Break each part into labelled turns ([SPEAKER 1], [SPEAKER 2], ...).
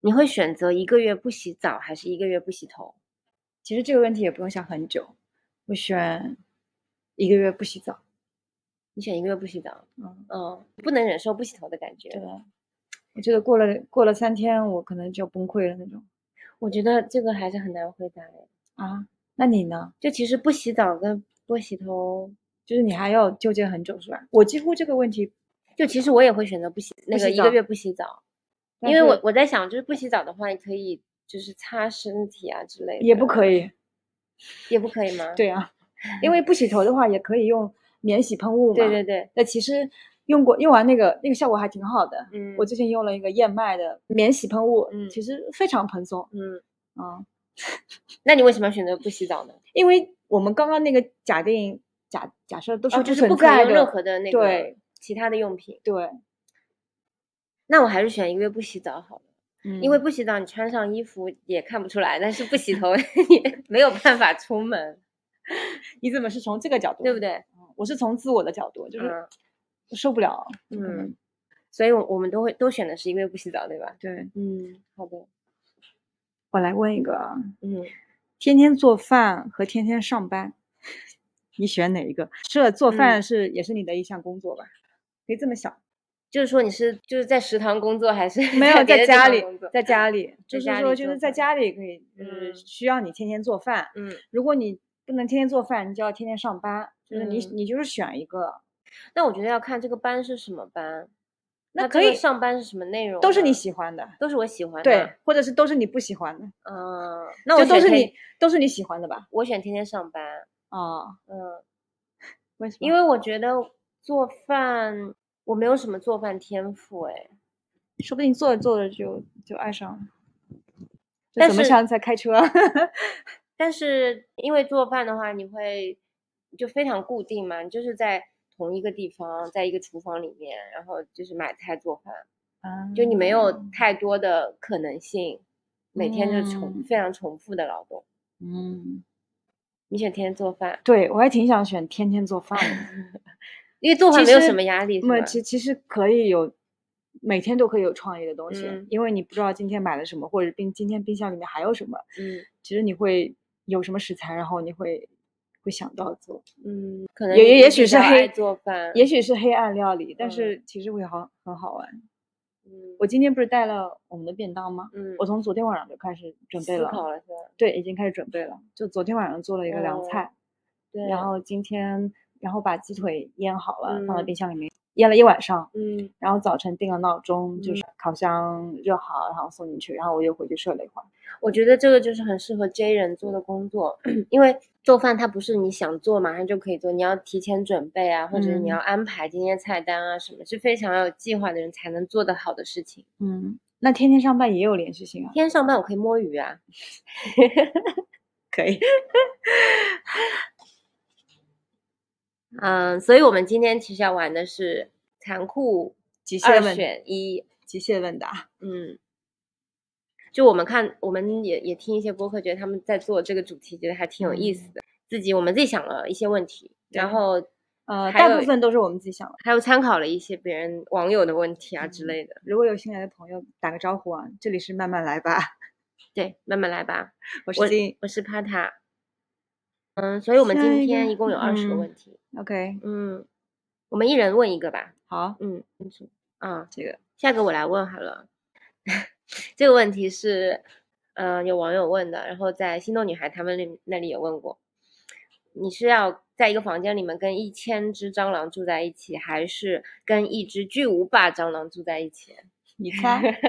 [SPEAKER 1] 你会选择一个月不洗澡还是一个月不洗头？
[SPEAKER 2] 其实这个问题也不用想很久，我选一个月不洗澡。
[SPEAKER 1] 你选一个月不洗澡，
[SPEAKER 2] 嗯，
[SPEAKER 1] 嗯，不能忍受不洗头的感觉。
[SPEAKER 2] 对，我觉得过了过了三天，我可能就要崩溃了那种
[SPEAKER 1] 我觉得这个还是很难回答诶。
[SPEAKER 2] 啊。那你呢？
[SPEAKER 1] 就其实不洗澡跟不洗头，
[SPEAKER 2] 就是你还要纠结很久是吧？我几乎这个问题，
[SPEAKER 1] 就其实我也会选择不洗，那
[SPEAKER 2] 洗
[SPEAKER 1] 个一
[SPEAKER 2] 澡
[SPEAKER 1] 个月不洗澡，
[SPEAKER 2] 但
[SPEAKER 1] 因为我
[SPEAKER 2] 是
[SPEAKER 1] 我在想，就是不洗澡的话，你可以就是擦身体啊之类的，
[SPEAKER 2] 也不 可以。
[SPEAKER 1] 也不可以吗？
[SPEAKER 2] 对啊，因为不洗头的话也可以用免洗喷雾嘛。
[SPEAKER 1] 对对对，
[SPEAKER 2] 那其实用过用完那个那个效果还挺好的。
[SPEAKER 1] 嗯，
[SPEAKER 2] 我最近用了一个燕麦的免洗喷雾，
[SPEAKER 1] 嗯
[SPEAKER 2] 其实非常蓬松
[SPEAKER 1] 嗯，
[SPEAKER 2] 啊、嗯
[SPEAKER 1] 那你为什么要选择不洗澡呢？
[SPEAKER 2] 因为我们刚刚那个假定假假设都是
[SPEAKER 1] 哦，就是
[SPEAKER 2] 存
[SPEAKER 1] 不可以
[SPEAKER 2] 在
[SPEAKER 1] 用
[SPEAKER 2] 的，
[SPEAKER 1] 任何的那个
[SPEAKER 2] 对
[SPEAKER 1] 其他的用品。
[SPEAKER 2] 对，
[SPEAKER 1] 那我还是选一个月不洗澡好了，因
[SPEAKER 2] 因
[SPEAKER 1] 为不洗澡你穿上衣服也看不出来，但是不洗头 你没有办法出门，
[SPEAKER 2] 你怎么是从这个角度，
[SPEAKER 1] 对不？对？
[SPEAKER 2] 我是从自我的角度，就是
[SPEAKER 1] 嗯
[SPEAKER 2] 受不了，就可能
[SPEAKER 1] 嗯，所以我我们都会都选的是一个月不洗澡，对吧？
[SPEAKER 2] 对。
[SPEAKER 1] 嗯，好的，
[SPEAKER 2] 我来问一个啊，
[SPEAKER 1] 嗯，
[SPEAKER 2] 天天做饭和天天上班，你选哪一个？这做饭
[SPEAKER 1] 嗯
[SPEAKER 2] 是、也是你的一项工作吧？可以这 么想，
[SPEAKER 1] 就是说你是就是在食堂工作还是
[SPEAKER 2] 没有
[SPEAKER 1] 别的地
[SPEAKER 2] 在家
[SPEAKER 1] 方
[SPEAKER 2] 里
[SPEAKER 1] 工作，
[SPEAKER 2] 在家里，就
[SPEAKER 1] 在
[SPEAKER 2] 是
[SPEAKER 1] 家
[SPEAKER 2] 说
[SPEAKER 1] 里
[SPEAKER 2] 就
[SPEAKER 1] 做
[SPEAKER 2] 是在
[SPEAKER 1] 饭
[SPEAKER 2] 家里可以，就是
[SPEAKER 1] 嗯
[SPEAKER 2] 需要你天天做饭。
[SPEAKER 1] 嗯，
[SPEAKER 2] 如果你不能天天做饭，你就要天天上班，就是你、
[SPEAKER 1] 嗯
[SPEAKER 2] 你就是选一个，
[SPEAKER 1] 那我觉得要看这个班是什么班，
[SPEAKER 2] 那
[SPEAKER 1] 它
[SPEAKER 2] 可
[SPEAKER 1] 这个
[SPEAKER 2] 以
[SPEAKER 1] 上班是什么内容呢，
[SPEAKER 2] 都是你喜欢的，
[SPEAKER 1] 都是我喜欢的，
[SPEAKER 2] 对，，或者是都是你不喜欢的，
[SPEAKER 1] 嗯，那
[SPEAKER 2] 就
[SPEAKER 1] 我
[SPEAKER 2] 都
[SPEAKER 1] 选
[SPEAKER 2] 是
[SPEAKER 1] 天
[SPEAKER 2] 你，都是你喜欢的吧？
[SPEAKER 1] 我选天天上班，
[SPEAKER 2] 啊、
[SPEAKER 1] 嗯，
[SPEAKER 2] 为什么？
[SPEAKER 1] 因为我觉得做饭我没有什么做饭天赋，哎，
[SPEAKER 2] 说不定做着做着就就爱上了。就
[SPEAKER 1] 但
[SPEAKER 2] 怎么
[SPEAKER 1] 是
[SPEAKER 2] 想才开车？啊
[SPEAKER 1] 但是因为做饭的话，你会就非常固定嘛，你就是在同一个地方，在一个厨房里面，然后就是买菜做饭，就你没有
[SPEAKER 2] 嗯
[SPEAKER 1] 太多的可能性，每天就是重、
[SPEAKER 2] 嗯
[SPEAKER 1] 非常重复的劳动。
[SPEAKER 2] 嗯，
[SPEAKER 1] 你选天天做饭，
[SPEAKER 2] 对我还挺想选天天做饭的，
[SPEAKER 1] 因为做
[SPEAKER 2] 其
[SPEAKER 1] 饭没有
[SPEAKER 2] 实
[SPEAKER 1] 什么压力，是
[SPEAKER 2] 那
[SPEAKER 1] 吧？
[SPEAKER 2] 其其实可以有每天都可以有创意的东西，
[SPEAKER 1] 嗯
[SPEAKER 2] 因为你不知道今天买了什么，或者冰今天冰箱里面还有什么，
[SPEAKER 1] 嗯
[SPEAKER 2] 其实你会有什么食材，然后你会会想到做，
[SPEAKER 1] 嗯，可能
[SPEAKER 2] 也
[SPEAKER 1] 你
[SPEAKER 2] 也
[SPEAKER 1] 就
[SPEAKER 2] 也
[SPEAKER 1] 比
[SPEAKER 2] 许是
[SPEAKER 1] 较爱
[SPEAKER 2] 黑
[SPEAKER 1] 做饭，
[SPEAKER 2] 也许是黑暗料理，但
[SPEAKER 1] 嗯
[SPEAKER 2] 是其实会好很好玩。
[SPEAKER 1] 嗯
[SPEAKER 2] 我今天不是带了我们的便当吗？
[SPEAKER 1] 嗯
[SPEAKER 2] 我从昨天晚上就开始准备
[SPEAKER 1] 思
[SPEAKER 2] 了，
[SPEAKER 1] 考了是吧？
[SPEAKER 2] 对，已经开始准备了。就昨天晚上做了一个凉
[SPEAKER 1] 哦
[SPEAKER 2] 菜，
[SPEAKER 1] 对，
[SPEAKER 2] 然后今天然后把鸡腿腌好了，放到
[SPEAKER 1] 嗯
[SPEAKER 2] 冰箱里面腌了一晚上，
[SPEAKER 1] 嗯
[SPEAKER 2] 然后早晨定了闹钟，就是烤箱热好，然后送进去，然后我又回去睡了一会儿。
[SPEAKER 1] 我觉得这个就是很适合 J 人做的工作， 因为做饭它不是你想做马上就可以做，你要提前准备啊，或者是
[SPEAKER 2] 嗯
[SPEAKER 1] 你要安排今天菜单啊什么，是非常要有计划的人才能做得好的事情。
[SPEAKER 2] 嗯，那天天上班也有连续性啊？
[SPEAKER 1] 天天上班我可以摸鱼啊，
[SPEAKER 2] 可以。
[SPEAKER 1] 嗯，所以我们今天其实要玩的是残酷
[SPEAKER 2] 极限
[SPEAKER 1] 二
[SPEAKER 2] 问
[SPEAKER 1] 选一，
[SPEAKER 2] 极限问答，
[SPEAKER 1] 嗯。就我们看，我们也也听一些播客，觉得他们在做这个主题，觉得还挺有意思的。自己我们自己想了一些问题，然
[SPEAKER 2] 嗯对
[SPEAKER 1] 后
[SPEAKER 2] 呃，
[SPEAKER 1] 还
[SPEAKER 2] 大
[SPEAKER 1] 有
[SPEAKER 2] 部分都是我们自己想的。
[SPEAKER 1] 还有参考了一些别人网友的问题啊之
[SPEAKER 2] 嗯
[SPEAKER 1] 类的。
[SPEAKER 2] 如果有新来的朋友，打个招呼啊！这里是慢慢来吧，
[SPEAKER 1] 对，慢慢来吧。
[SPEAKER 2] 我是
[SPEAKER 1] 我
[SPEAKER 2] 金。
[SPEAKER 1] 我是 Pata，嗯，所以我们
[SPEAKER 2] 下一
[SPEAKER 1] 今
[SPEAKER 2] 个
[SPEAKER 1] 天一共有二十个
[SPEAKER 2] 嗯
[SPEAKER 1] 问题，
[SPEAKER 2] OK，
[SPEAKER 1] 嗯我们一人问一个吧，
[SPEAKER 2] 好，
[SPEAKER 1] 嗯，清楚啊，
[SPEAKER 2] 这个
[SPEAKER 1] 下个我来问好了。 这个问题是，嗯、有网友问的，然后在心动女孩他们那那里有问过，你是要在一个房间里面跟一千只蟑螂住在一起，还是跟一只巨无霸蟑螂住在一起？
[SPEAKER 2] 你 猜。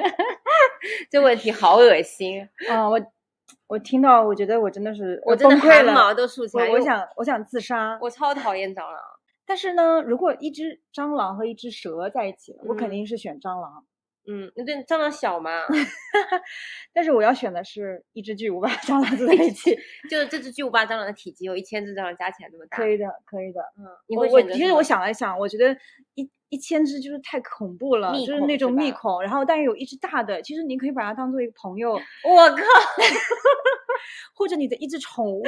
[SPEAKER 1] 这问题好恶心，
[SPEAKER 2] 啊，我我听到，我觉得我真的是呃
[SPEAKER 1] 我真
[SPEAKER 2] 崩
[SPEAKER 1] 的
[SPEAKER 2] 溃
[SPEAKER 1] 汗
[SPEAKER 2] 了，
[SPEAKER 1] 毛都竖起来。因
[SPEAKER 2] 我我
[SPEAKER 1] 为
[SPEAKER 2] 想我想自杀。
[SPEAKER 1] 我超讨厌蟑螂，
[SPEAKER 2] 但是呢，如果一只蟑螂和一只蛇在一起了，我肯
[SPEAKER 1] 嗯
[SPEAKER 2] 定是选蟑螂。
[SPEAKER 1] 嗯，那对蟑螂小嘛，
[SPEAKER 2] 但是我要选的是一只巨无霸蟑螂住 在一起，
[SPEAKER 1] 就是这只巨无霸蟑螂的体积有一千只蟑螂加起来那么大。
[SPEAKER 2] 可以的，可以的。
[SPEAKER 1] 嗯，你
[SPEAKER 2] 我
[SPEAKER 1] 会
[SPEAKER 2] 我
[SPEAKER 1] 选择
[SPEAKER 2] 其
[SPEAKER 1] 什
[SPEAKER 2] 实我
[SPEAKER 1] 么
[SPEAKER 2] 想了想，我觉得一一千只就是太恐怖了，
[SPEAKER 1] 密
[SPEAKER 2] 就是
[SPEAKER 1] 孔
[SPEAKER 2] 那
[SPEAKER 1] 是
[SPEAKER 2] 种密
[SPEAKER 1] 吧
[SPEAKER 2] 孔，然后但是有一只大的，其实你可以把它当做一个朋 友，
[SPEAKER 1] 我靠，
[SPEAKER 2] 或者你的一只宠 物，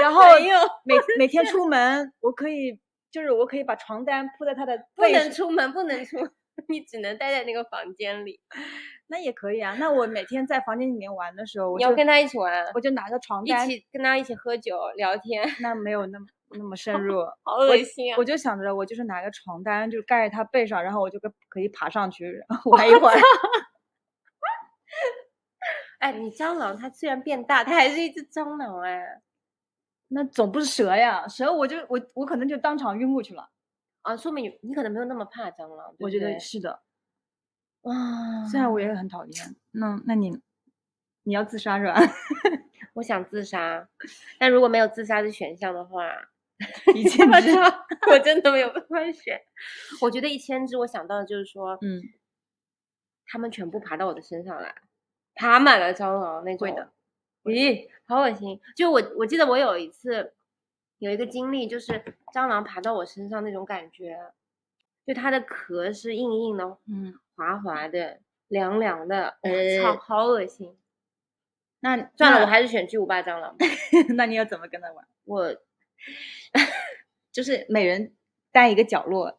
[SPEAKER 2] 然后
[SPEAKER 1] 朋友
[SPEAKER 2] 每每天出门，我可以就是我可以把床单铺在它的
[SPEAKER 1] 不
[SPEAKER 2] 背
[SPEAKER 1] 能
[SPEAKER 2] 上。
[SPEAKER 1] 出门，不能出门。你只能待在那个房间里，
[SPEAKER 2] 那也可以啊。那我每天在房间里面玩的时候，我
[SPEAKER 1] 你要
[SPEAKER 2] 就
[SPEAKER 1] 跟他一起玩，啊
[SPEAKER 2] 我就拿着床
[SPEAKER 1] 一
[SPEAKER 2] 单，
[SPEAKER 1] 起跟他一起喝酒聊 天，
[SPEAKER 2] 那没有那么那么
[SPEAKER 1] 哦
[SPEAKER 2] 深入。
[SPEAKER 1] 好恶心啊！
[SPEAKER 2] 我就想着，我就是拿个床单，就盖在他背上，然后我就可可以爬上去，然后玩一会儿。
[SPEAKER 1] 哎，你蟑螂它虽然变大，它还是一只蟑螂哎。
[SPEAKER 2] 那总不是蛇呀，蛇我就我我可能就当场晕过去了。
[SPEAKER 1] 啊，说明你你可能没有那么怕蟑螂，对
[SPEAKER 2] 我
[SPEAKER 1] 不
[SPEAKER 2] 觉得
[SPEAKER 1] 对
[SPEAKER 2] 是的，
[SPEAKER 1] 啊，
[SPEAKER 2] 虽然我也很讨
[SPEAKER 1] 嗯
[SPEAKER 2] 厌。那那你你要自杀是吧？
[SPEAKER 1] 我想自杀，但如果没有自杀的选项的话，
[SPEAKER 2] 一切
[SPEAKER 1] 我
[SPEAKER 2] 知
[SPEAKER 1] 真 我真的没有办法选。我觉得一千只，我想到的就是说，
[SPEAKER 2] 嗯，
[SPEAKER 1] 它们全部爬到我的身上来，爬满了蟑螂那种。
[SPEAKER 2] 会的，
[SPEAKER 1] 咦，好恶心！就我我记得我有一次有一个经历，就是蟑螂爬到我身上那种感觉，就它的壳是硬硬的、
[SPEAKER 2] 嗯，
[SPEAKER 1] 滑滑的、凉凉的，我、
[SPEAKER 2] 呃
[SPEAKER 1] 操，好恶心！
[SPEAKER 2] 那
[SPEAKER 1] 算了，
[SPEAKER 2] 那
[SPEAKER 1] 我还是选巨无霸蟑螂吧。
[SPEAKER 2] 那你要怎么跟他玩？
[SPEAKER 1] 我
[SPEAKER 2] 就是每人待一个角落，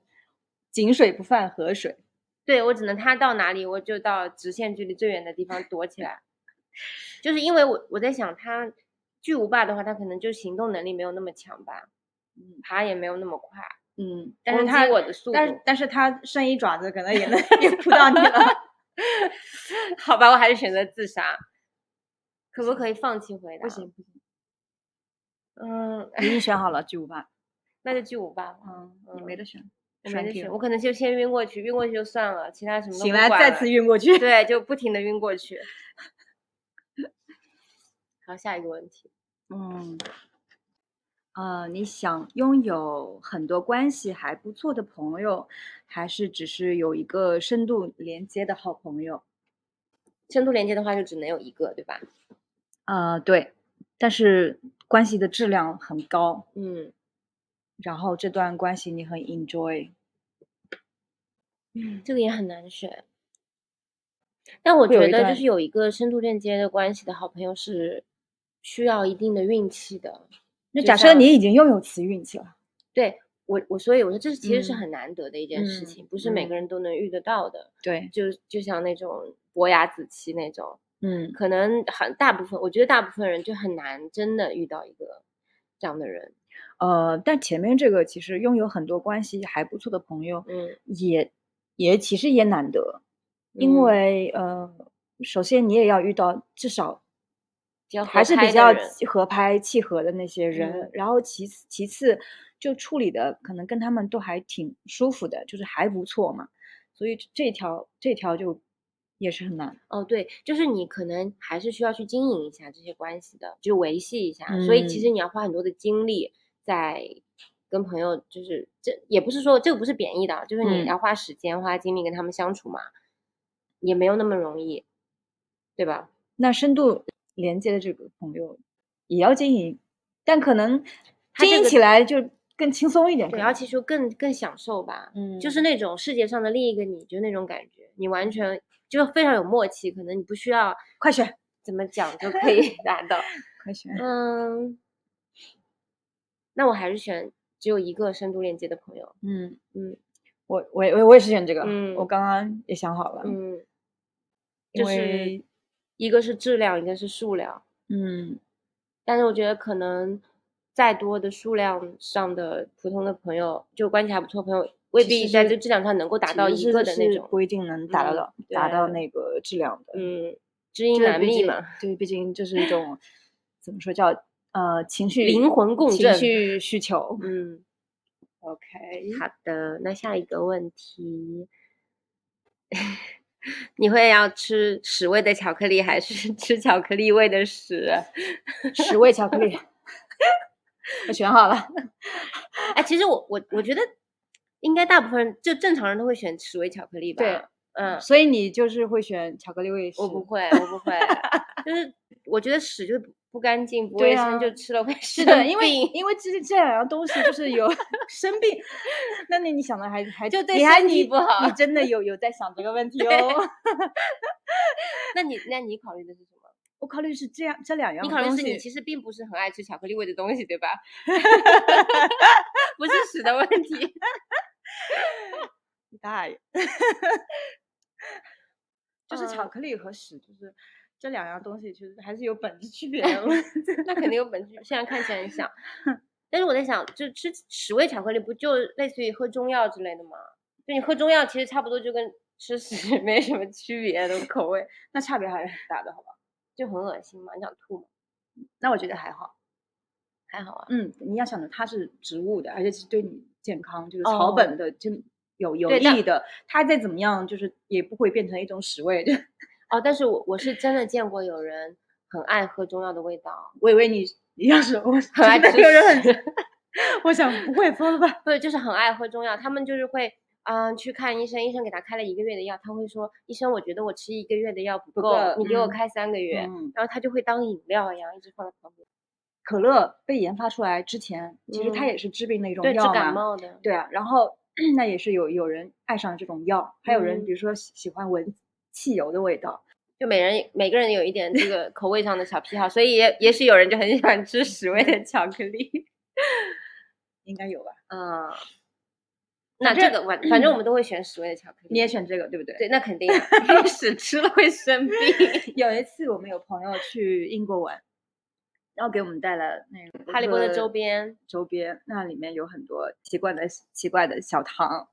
[SPEAKER 2] 井水不犯河水。
[SPEAKER 1] 对我只能它到哪里，我就到直线距离最远的地方躲起来。 就是因为我我在想，它巨无霸的话，它可能就行动能力没有那么强吧，
[SPEAKER 2] 嗯
[SPEAKER 1] 爬也没有那么快，
[SPEAKER 2] 嗯，但
[SPEAKER 1] 攻
[SPEAKER 2] 是
[SPEAKER 1] 击
[SPEAKER 2] 他
[SPEAKER 1] 我的速度。
[SPEAKER 2] 但是但是他伸一爪子可能也能也扑到你了。
[SPEAKER 1] 好吧，我还是选择自杀。可不可以放弃回答？
[SPEAKER 2] 不，行 不行，
[SPEAKER 1] 嗯，
[SPEAKER 2] 你已经选好了巨无霸。
[SPEAKER 1] 那就巨无霸吧，
[SPEAKER 2] 嗯，你没得选，
[SPEAKER 1] 我
[SPEAKER 2] 栓
[SPEAKER 1] 没得
[SPEAKER 2] 屁
[SPEAKER 1] 选。
[SPEAKER 2] 股
[SPEAKER 1] 我可能就先晕过去，晕过去就算了，其他什么都
[SPEAKER 2] 醒
[SPEAKER 1] 不
[SPEAKER 2] 来
[SPEAKER 1] 管
[SPEAKER 2] 再
[SPEAKER 1] 了
[SPEAKER 2] 次晕过去。
[SPEAKER 1] 对，就不停的晕过去。 好，下一个问题，
[SPEAKER 2] 嗯， 呃，你想拥有很多关系还不错的朋友，还是只是有一个深度连接的好朋友？
[SPEAKER 1] 深度连接的话就只能有一个，对吧？
[SPEAKER 2] 呃，对，但是关系的质量很高，
[SPEAKER 1] 嗯
[SPEAKER 2] 然后这段关系你很 enjoy。
[SPEAKER 1] 嗯，这个也很难选。但我
[SPEAKER 2] 会有
[SPEAKER 1] 觉
[SPEAKER 2] 一
[SPEAKER 1] 得就
[SPEAKER 2] 段
[SPEAKER 1] 是有一个深度链接的关系的好朋友是需要一定的运气的。
[SPEAKER 2] 那
[SPEAKER 1] 就
[SPEAKER 2] 假设
[SPEAKER 1] 像
[SPEAKER 2] 你已经拥有此运气了，
[SPEAKER 1] 对我，我所以我说这是其实是
[SPEAKER 2] 嗯
[SPEAKER 1] 很难得的一件事情，
[SPEAKER 2] 嗯
[SPEAKER 1] 不是每个
[SPEAKER 2] 嗯
[SPEAKER 1] 人都能遇得到的。
[SPEAKER 2] 对，
[SPEAKER 1] 就就像那种伯牙子期那种，
[SPEAKER 2] 嗯，
[SPEAKER 1] 可能很大部分，我觉得大部分人就很难真的遇到一个这样的人。
[SPEAKER 2] 呃，但前面这个其实拥有很多关系还不错的朋友，
[SPEAKER 1] 嗯，
[SPEAKER 2] 也也其实也难得，因
[SPEAKER 1] 嗯
[SPEAKER 2] 为呃，首先你也要遇到至少
[SPEAKER 1] 比较合
[SPEAKER 2] 还是
[SPEAKER 1] 拍
[SPEAKER 2] 比
[SPEAKER 1] 的
[SPEAKER 2] 较
[SPEAKER 1] 人
[SPEAKER 2] 契合拍契合的那些人，
[SPEAKER 1] 嗯
[SPEAKER 2] 然后其次其次就处理的可能跟他们都还挺舒服的，就是还不错嘛，所以这这条这条就也是很难，
[SPEAKER 1] 哦，对，就是你可能还是需要去经营一下这些关系的，就维系一下。所以其
[SPEAKER 2] 嗯
[SPEAKER 1] 实你要花很多的精力在跟朋友，就是这也不是说这个不是贬义的啊，就是你
[SPEAKER 2] 嗯
[SPEAKER 1] 要花时间、花精力跟他们相处嘛，也没有那么容易，对吧？
[SPEAKER 2] 那深度连接的这个朋友也要经营，但可能
[SPEAKER 1] 他
[SPEAKER 2] 经
[SPEAKER 1] 这
[SPEAKER 2] 营
[SPEAKER 1] 个
[SPEAKER 2] 起来就更轻松一点，
[SPEAKER 1] 对，而且就更更享受吧，
[SPEAKER 2] 嗯，
[SPEAKER 1] 就是那种世界上的另一个你，就那种感觉，你完全就非常有默契，可能你不需要
[SPEAKER 2] 快选
[SPEAKER 1] 怎么讲就可以 达到。
[SPEAKER 2] 快选，
[SPEAKER 1] 嗯，那我还是选只有一个深度链接的朋友。
[SPEAKER 2] 嗯
[SPEAKER 1] 嗯
[SPEAKER 2] 我我也我我也是选这个，我
[SPEAKER 1] 嗯
[SPEAKER 2] 刚刚也想好了，
[SPEAKER 1] 嗯，
[SPEAKER 2] 因
[SPEAKER 1] 就是
[SPEAKER 2] 为
[SPEAKER 1] 一个是质量，一个是数量。
[SPEAKER 2] 嗯
[SPEAKER 1] 但是我觉得可能再多的数量上的普通的朋友，就关系还不错的朋友，未
[SPEAKER 2] 其
[SPEAKER 1] 必
[SPEAKER 2] 实
[SPEAKER 1] 在
[SPEAKER 2] 是
[SPEAKER 1] 这质量上能够达
[SPEAKER 2] 其
[SPEAKER 1] 到
[SPEAKER 2] 实
[SPEAKER 1] 一
[SPEAKER 2] 是
[SPEAKER 1] 个的那
[SPEAKER 2] 是
[SPEAKER 1] 种。
[SPEAKER 2] 不一定能达
[SPEAKER 1] 嗯
[SPEAKER 2] 到到达到
[SPEAKER 1] 对
[SPEAKER 2] 那个质量的，
[SPEAKER 1] 嗯，知
[SPEAKER 2] 因
[SPEAKER 1] 音
[SPEAKER 2] 为
[SPEAKER 1] 难
[SPEAKER 2] 毕
[SPEAKER 1] 觅
[SPEAKER 2] 竟
[SPEAKER 1] 嘛，
[SPEAKER 2] 对，毕竟这是一种怎么说叫呃情绪
[SPEAKER 1] 灵魂共
[SPEAKER 2] 情
[SPEAKER 1] 振
[SPEAKER 2] 绪需求。
[SPEAKER 1] 嗯，
[SPEAKER 2] OK，
[SPEAKER 1] 好的，那下一个问题， 你会要吃屎味的巧克力，还是 吃巧克力味的屎？
[SPEAKER 2] 十味巧克力， 我选好了。
[SPEAKER 1] 哎，其实我我我觉得，应该大部分人就正常人都会选屎味巧克力吧？
[SPEAKER 2] 对，
[SPEAKER 1] 嗯，
[SPEAKER 2] 所以你就是会选巧克力味食？
[SPEAKER 1] 我不会，我不会，就是我觉得屎就不不干净、不
[SPEAKER 2] 对
[SPEAKER 1] 卫生，就
[SPEAKER 2] 啊
[SPEAKER 1] 吃了会
[SPEAKER 2] 是
[SPEAKER 1] 是
[SPEAKER 2] 的，因为因为这这两样东西就是有 生病，那那你想的还还
[SPEAKER 1] 就对
[SPEAKER 2] 你还
[SPEAKER 1] 身体
[SPEAKER 2] 你
[SPEAKER 1] 不好
[SPEAKER 2] 你真的有有在想这个问题
[SPEAKER 1] 对
[SPEAKER 2] 哦。
[SPEAKER 1] 那你那你考虑的是什么？
[SPEAKER 2] 我考虑是这样这两样
[SPEAKER 1] 你
[SPEAKER 2] 东
[SPEAKER 1] 考
[SPEAKER 2] 西，
[SPEAKER 1] 虑是你其实并不是很爱吃巧克力味的东西， 对吧？不是屎的问题。
[SPEAKER 2] 你大爷！就是巧
[SPEAKER 1] 嗯
[SPEAKER 2] 克力和屎，就是这两样东西，其实还是有本质区别 的。
[SPEAKER 1] 那肯定有本质，虽然看起来很像，但是我在想，就吃屎味巧克力，不就类似于喝中药之类的吗？就你喝中药，其实差不多就跟吃屎 没什么区别的口味，
[SPEAKER 2] 那差别还是很大的，好吧？
[SPEAKER 1] 就很恶心嘛，你想吐嘛，
[SPEAKER 2] 那我觉得还好。
[SPEAKER 1] 还好啊。
[SPEAKER 2] 嗯，你要想着它是植物的，而且是对你健康，就是草
[SPEAKER 1] 哦
[SPEAKER 2] 本的，就有有
[SPEAKER 1] 对但
[SPEAKER 2] 益的。它再怎么样，就是也不会变成一种屎味。 就
[SPEAKER 1] 哦，但是我我是真的见过有人很爱喝中药的味道，
[SPEAKER 2] 我以为你你要是我
[SPEAKER 1] 很爱吃
[SPEAKER 2] 有人 很，
[SPEAKER 1] 屎，
[SPEAKER 2] 我想不会疯了吧？
[SPEAKER 1] 不是就是很爱喝中药，他们就是会。嗯，去看医生，医生给他开了一个月的药，他会说：“医生，我觉得我吃一个月的药不
[SPEAKER 2] 不
[SPEAKER 1] 够，
[SPEAKER 2] 够
[SPEAKER 1] 你给我
[SPEAKER 2] 嗯
[SPEAKER 1] 开三个月。
[SPEAKER 2] 嗯，
[SPEAKER 1] 然后他就会当饮料一样一直放在旁边。
[SPEAKER 2] 可乐被研发出来之前，其实它
[SPEAKER 1] 嗯
[SPEAKER 2] 也是治病的一种
[SPEAKER 1] 对，治
[SPEAKER 2] 药嘛。
[SPEAKER 1] 感冒的。
[SPEAKER 2] 对啊，然后 那也是有有人爱上这种药，还有人
[SPEAKER 1] 嗯
[SPEAKER 2] 比如说喜喜欢闻汽油的味道，
[SPEAKER 1] 就每人每个人有一点这个口味上的小癖好，所以也也许有人就很喜欢吃屎味的巧克力。
[SPEAKER 2] 应该有吧？
[SPEAKER 1] 嗯，那
[SPEAKER 2] 反
[SPEAKER 1] 这
[SPEAKER 2] 正
[SPEAKER 1] 个反反正我们都会选屎味的巧克力。
[SPEAKER 2] 你也选这个对不对？
[SPEAKER 1] 对，那肯定 啊，因为屎吃了会生病。
[SPEAKER 2] 有一次我们有朋友去英国玩，然后给我们带了那个
[SPEAKER 1] 哈利波特周
[SPEAKER 2] 边。
[SPEAKER 1] 边，
[SPEAKER 2] 周边，那里面有很多奇怪的奇怪的小糖。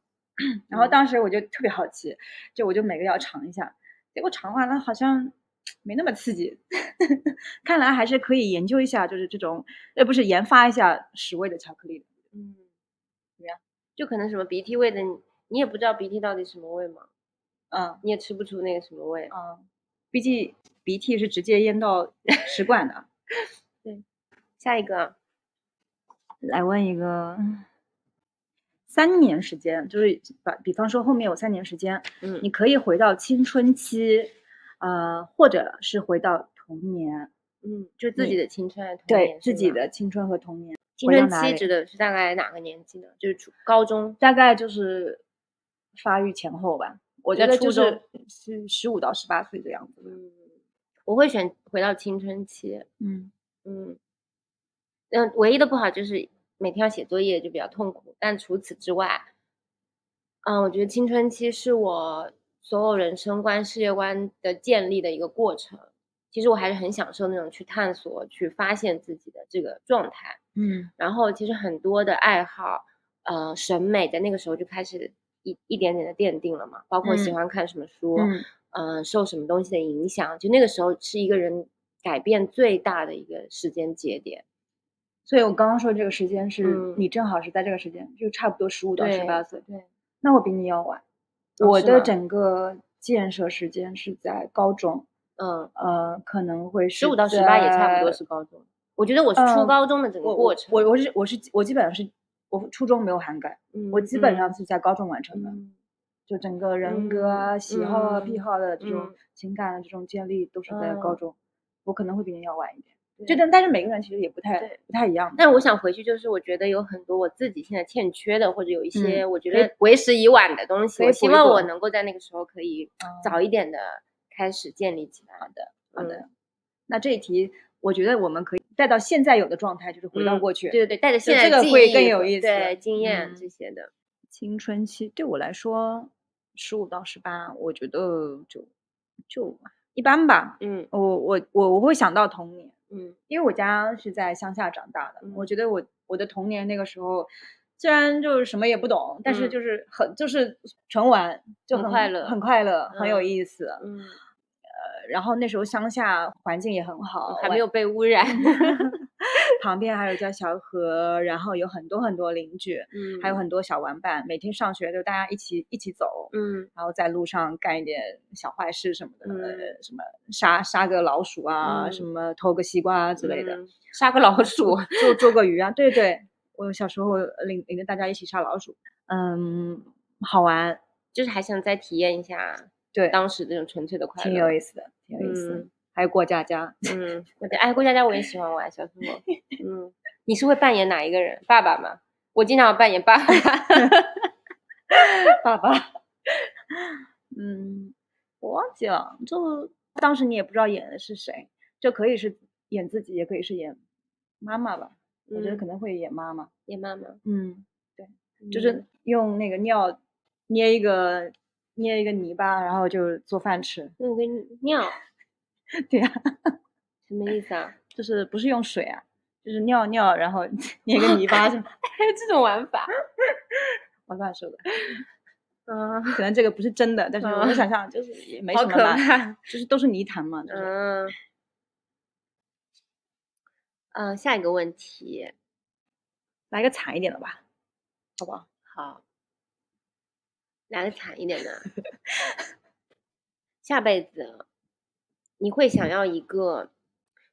[SPEAKER 2] 然后当时我就特别好奇，就我就每个要尝一下，结果尝完了好像没那么刺激， 看来还是可以研究一下，就是这种呃不是研发一下屎味的巧克力。
[SPEAKER 1] 嗯，
[SPEAKER 2] 怎么样？
[SPEAKER 1] 就可能什么鼻涕味的，你你也不知道鼻涕到底什么味嘛，
[SPEAKER 2] 嗯
[SPEAKER 1] 你也吃不出那个什么味。
[SPEAKER 2] 嗯，毕竟鼻涕是直接淹 到食管的。
[SPEAKER 1] 下一个，
[SPEAKER 2] 来问一个，三年时间，就是把比方说后面有三年时间，
[SPEAKER 1] 嗯，
[SPEAKER 2] 你可以回到青春期，呃，或者是回到童年，
[SPEAKER 1] 嗯，就自己的青春还是啊童
[SPEAKER 2] 对
[SPEAKER 1] 年
[SPEAKER 2] 自
[SPEAKER 1] 是
[SPEAKER 2] 己
[SPEAKER 1] 吗
[SPEAKER 2] 的青春和童年，
[SPEAKER 1] 青
[SPEAKER 2] 回到
[SPEAKER 1] 春
[SPEAKER 2] 哪
[SPEAKER 1] 期
[SPEAKER 2] 里
[SPEAKER 1] 指的是大概哪个年纪呢？就是初高中。
[SPEAKER 2] 大概就是发育前后吧。我觉
[SPEAKER 1] 在
[SPEAKER 2] 得
[SPEAKER 1] 初
[SPEAKER 2] 就是是十五到十八岁的样子。
[SPEAKER 1] 嗯，我会选回到青春期。
[SPEAKER 2] 嗯，
[SPEAKER 1] 嗯，嗯，唯一的不好就是每天要写作业就比较痛苦，但除此之外，嗯，我觉得青春期是我所有人生观、世界观的建立的一个过程。其实我还是很享受那种去探索、去发现自己的这个状态。
[SPEAKER 2] 嗯，
[SPEAKER 1] 然后其实很多的爱好，呃，审美在那个时候就开始一一点点的奠定了嘛，包括喜
[SPEAKER 2] 嗯
[SPEAKER 1] 欢看什么书，
[SPEAKER 2] 嗯
[SPEAKER 1] 呃，受什么东西的影响，就那个时候是一个人改变最大的一个时间节点。
[SPEAKER 2] 所以我刚刚说这个时间是、
[SPEAKER 1] 嗯
[SPEAKER 2] 你正好是在这个时间，就差不多十五到十八岁。
[SPEAKER 1] 对，
[SPEAKER 2] 那我比你要晚，
[SPEAKER 1] 哦
[SPEAKER 2] 我
[SPEAKER 1] 是
[SPEAKER 2] 的
[SPEAKER 1] 吗
[SPEAKER 2] 整个建设时间是在高中，
[SPEAKER 1] 嗯，
[SPEAKER 2] 呃，可能会
[SPEAKER 1] 十五到十八也差不多
[SPEAKER 2] 是在。
[SPEAKER 1] 是高中。我觉得我是初
[SPEAKER 2] 嗯
[SPEAKER 1] 高中的整个
[SPEAKER 2] 我
[SPEAKER 1] 过
[SPEAKER 2] 我
[SPEAKER 1] 程，啊
[SPEAKER 2] 我我是我是我基本上是我初中没有涵盖，我
[SPEAKER 1] 嗯
[SPEAKER 2] 基本上是在高中完成的，
[SPEAKER 1] 嗯
[SPEAKER 2] 就整个人格啊、喜好啊、癖
[SPEAKER 1] 嗯
[SPEAKER 2] 好的这种
[SPEAKER 1] 嗯
[SPEAKER 2] 情感啊的这种建立都是在高
[SPEAKER 1] 嗯
[SPEAKER 2] 中，我可能会比你要晚一点。
[SPEAKER 1] 嗯
[SPEAKER 2] 就
[SPEAKER 1] 对
[SPEAKER 2] 但但是每个人其实也不太
[SPEAKER 1] 对
[SPEAKER 2] 不太一样的，
[SPEAKER 1] 但我想回去，就是我觉得有很多我自己现在欠缺的，或者有一些我觉
[SPEAKER 2] 嗯可以
[SPEAKER 1] 得为时已晚的东西，
[SPEAKER 2] 可以
[SPEAKER 1] 我希
[SPEAKER 2] 补一
[SPEAKER 1] 望我
[SPEAKER 2] 补
[SPEAKER 1] 能够在那个时候可以
[SPEAKER 2] 嗯
[SPEAKER 1] 早一点的开始建立起来。好的，嗯
[SPEAKER 2] 好的。那这一题我觉得我们可以带到现在有的状态，就是回到
[SPEAKER 1] 嗯
[SPEAKER 2] 过去。
[SPEAKER 1] 对对对，带着现在的
[SPEAKER 2] 这个
[SPEAKER 1] 记
[SPEAKER 2] 会更
[SPEAKER 1] 忆
[SPEAKER 2] 有
[SPEAKER 1] 和
[SPEAKER 2] 意思
[SPEAKER 1] 对经验
[SPEAKER 2] 嗯
[SPEAKER 1] 这些的。
[SPEAKER 2] 青春期对我来说，十五到十八，我觉得就就一般吧。
[SPEAKER 1] 嗯
[SPEAKER 2] 我我我我会想到童年。
[SPEAKER 1] 嗯
[SPEAKER 2] 因为我家是在乡下长大的，我
[SPEAKER 1] 嗯
[SPEAKER 2] 觉得我我的童年那个时候，虽然就是什么也不懂，但是
[SPEAKER 1] 嗯
[SPEAKER 2] 就是很就是纯玩，就
[SPEAKER 1] 很
[SPEAKER 2] 很
[SPEAKER 1] 快乐
[SPEAKER 2] 很快乐，很有
[SPEAKER 1] 嗯
[SPEAKER 2] 意思。
[SPEAKER 1] 嗯，
[SPEAKER 2] 呃，然后那时候乡下环境也很好，
[SPEAKER 1] 嗯还
[SPEAKER 2] 完
[SPEAKER 1] 没有被污染。
[SPEAKER 2] 旁边还有一条小河，然后有很多很多邻居，
[SPEAKER 1] 嗯，
[SPEAKER 2] 还有很多小玩伴，每天上学就大家一起一起走。
[SPEAKER 1] 嗯
[SPEAKER 2] 然后在路上干一点小坏事什么的，
[SPEAKER 1] 嗯
[SPEAKER 2] 呃什么杀杀个老鼠啊，
[SPEAKER 1] 嗯
[SPEAKER 2] 什么偷个西瓜啊之类的，
[SPEAKER 1] 嗯杀个老鼠。
[SPEAKER 2] 做做个鱼啊，对对，我小时候领领着大家一起杀老鼠，嗯，好玩，
[SPEAKER 1] 就是还想再体验一下
[SPEAKER 2] 对，
[SPEAKER 1] 当时这种纯粹的快乐，
[SPEAKER 2] 挺有意思的，挺有意思的。
[SPEAKER 1] 嗯
[SPEAKER 2] 还有过家家，
[SPEAKER 1] 嗯，我的哎，过家家我也喜欢玩，小时 候。嗯，你是会扮演哪一个人？爸爸吗？我经常扮演 爸爸。
[SPEAKER 2] 爸爸，嗯，我忘记了，就当时你也不知道演的是谁，就可以是演自己，也可以是演妈妈吧，
[SPEAKER 1] 嗯
[SPEAKER 2] 我觉得可
[SPEAKER 1] 能
[SPEAKER 2] 能会演妈妈，
[SPEAKER 1] 演妈妈，
[SPEAKER 2] 嗯，就是
[SPEAKER 1] 嗯
[SPEAKER 2] 用那个尿捏一个捏一个泥巴，然后就做饭吃。
[SPEAKER 1] 弄个尿，
[SPEAKER 2] 对呀、啊
[SPEAKER 1] 什么意思啊？
[SPEAKER 2] 就是不是用水啊，就是尿尿，然后 捏一个泥巴是 吗？
[SPEAKER 1] 还有这种玩法？
[SPEAKER 2] 我乱说的，
[SPEAKER 1] 嗯，
[SPEAKER 2] 可能这个不是真的，但是我
[SPEAKER 1] 嗯
[SPEAKER 2] 就想象就是 也没
[SPEAKER 1] 好
[SPEAKER 2] 什么
[SPEAKER 1] 可
[SPEAKER 2] 吧，
[SPEAKER 1] 怕。
[SPEAKER 2] 就是都是泥潭嘛，就是、
[SPEAKER 1] 嗯，嗯，下一个问题，
[SPEAKER 2] 来个惨一点的吧，好不好？
[SPEAKER 1] 好，来个惨一点的。下辈子，你会想要一个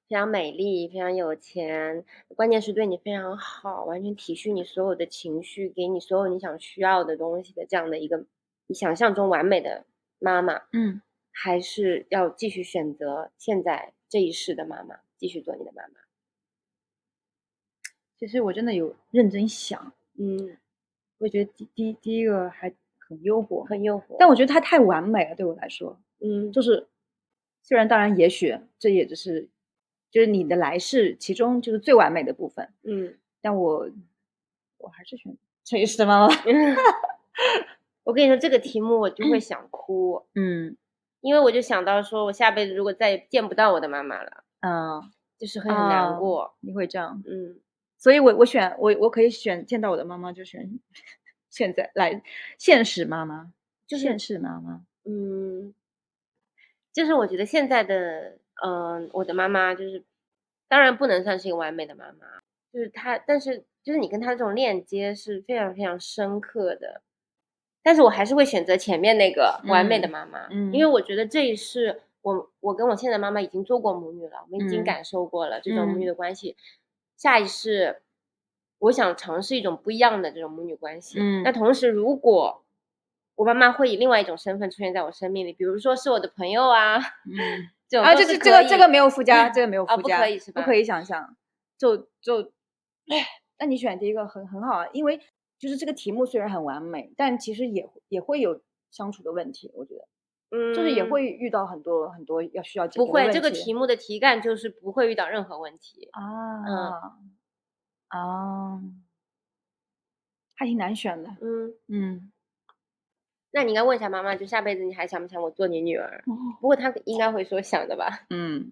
[SPEAKER 1] 非常美丽、非常有钱，关键是对你非常好，完全体恤你所有的情绪，给你所有你想需要的东西的这样的一个你想象中完美的妈妈，
[SPEAKER 2] 嗯，
[SPEAKER 1] 还是要继续选择现在这一世的妈妈，继续做你的妈妈？
[SPEAKER 2] 其实我真的有认真想，
[SPEAKER 1] 嗯，
[SPEAKER 2] 我觉得第第第一个还很诱惑，
[SPEAKER 1] 很诱惑，
[SPEAKER 2] 但我觉得它太完美了，对我来说，
[SPEAKER 1] 嗯
[SPEAKER 2] 就是虽然当然也许这也只是就是你的来世其中就是最完美的部分，
[SPEAKER 1] 嗯。
[SPEAKER 2] 但我我还是选这一世的妈妈吧。
[SPEAKER 1] 我跟你说，这个题目我就会想哭，
[SPEAKER 2] 嗯
[SPEAKER 1] 因为我就想到说，我下辈子如果再也见不到我的妈妈了，
[SPEAKER 2] 嗯、
[SPEAKER 1] 就是会很难
[SPEAKER 2] 哦
[SPEAKER 1] 过。
[SPEAKER 2] 你会这样，
[SPEAKER 1] 嗯
[SPEAKER 2] 所以我我选我我可以选见到我的妈妈就选现在来现实妈妈，
[SPEAKER 1] 就是
[SPEAKER 2] 现实妈妈。
[SPEAKER 1] 嗯，就是我觉得现在的，嗯、我的妈妈就是，当然不能算是一个完美的妈妈，就是她，但是就是你跟她这种链接是非常非常深刻的。但是我还是会选择前面那个完美的
[SPEAKER 2] 嗯
[SPEAKER 1] 妈妈，
[SPEAKER 2] 嗯
[SPEAKER 1] 因为我觉得这一世我我跟我现在妈妈已经做过母女了，我们已经
[SPEAKER 2] 嗯
[SPEAKER 1] 感受过了这种母
[SPEAKER 2] 嗯
[SPEAKER 1] 女的关系。下一世，我想尝试一种不一样的这种母女关系。
[SPEAKER 2] 嗯
[SPEAKER 1] 那同时，如果我妈妈会以另外一种身份出现在我生命里，比如说是我的朋友啊，
[SPEAKER 2] 嗯，
[SPEAKER 1] 这种
[SPEAKER 2] 啊，
[SPEAKER 1] 都
[SPEAKER 2] 这
[SPEAKER 1] 是
[SPEAKER 2] 个这
[SPEAKER 1] 可
[SPEAKER 2] 个这个
[SPEAKER 1] 以
[SPEAKER 2] 没有附加，这个没有
[SPEAKER 1] 啊
[SPEAKER 2] 附
[SPEAKER 1] 不
[SPEAKER 2] 加，
[SPEAKER 1] 可以是吧哎
[SPEAKER 2] 不可以想象，就就，唉那你选第一个很很好啊，因为就是这个题目虽然很完美，但其实也也会有相处的问题，我觉得
[SPEAKER 1] 嗯，
[SPEAKER 2] 就是也会遇到很多很多要需要解决
[SPEAKER 1] 不
[SPEAKER 2] 的
[SPEAKER 1] 会
[SPEAKER 2] 问
[SPEAKER 1] 这个
[SPEAKER 2] 题
[SPEAKER 1] 题目的题干就是不会遇到任何问题。嗯
[SPEAKER 2] 啊啊，还挺难选的，
[SPEAKER 1] 嗯，
[SPEAKER 2] 嗯，
[SPEAKER 1] 那你应该问一下妈妈，就下辈子你还想不想我做你女儿？
[SPEAKER 2] 哦
[SPEAKER 1] 不过她应该会说想的吧？
[SPEAKER 2] 嗯，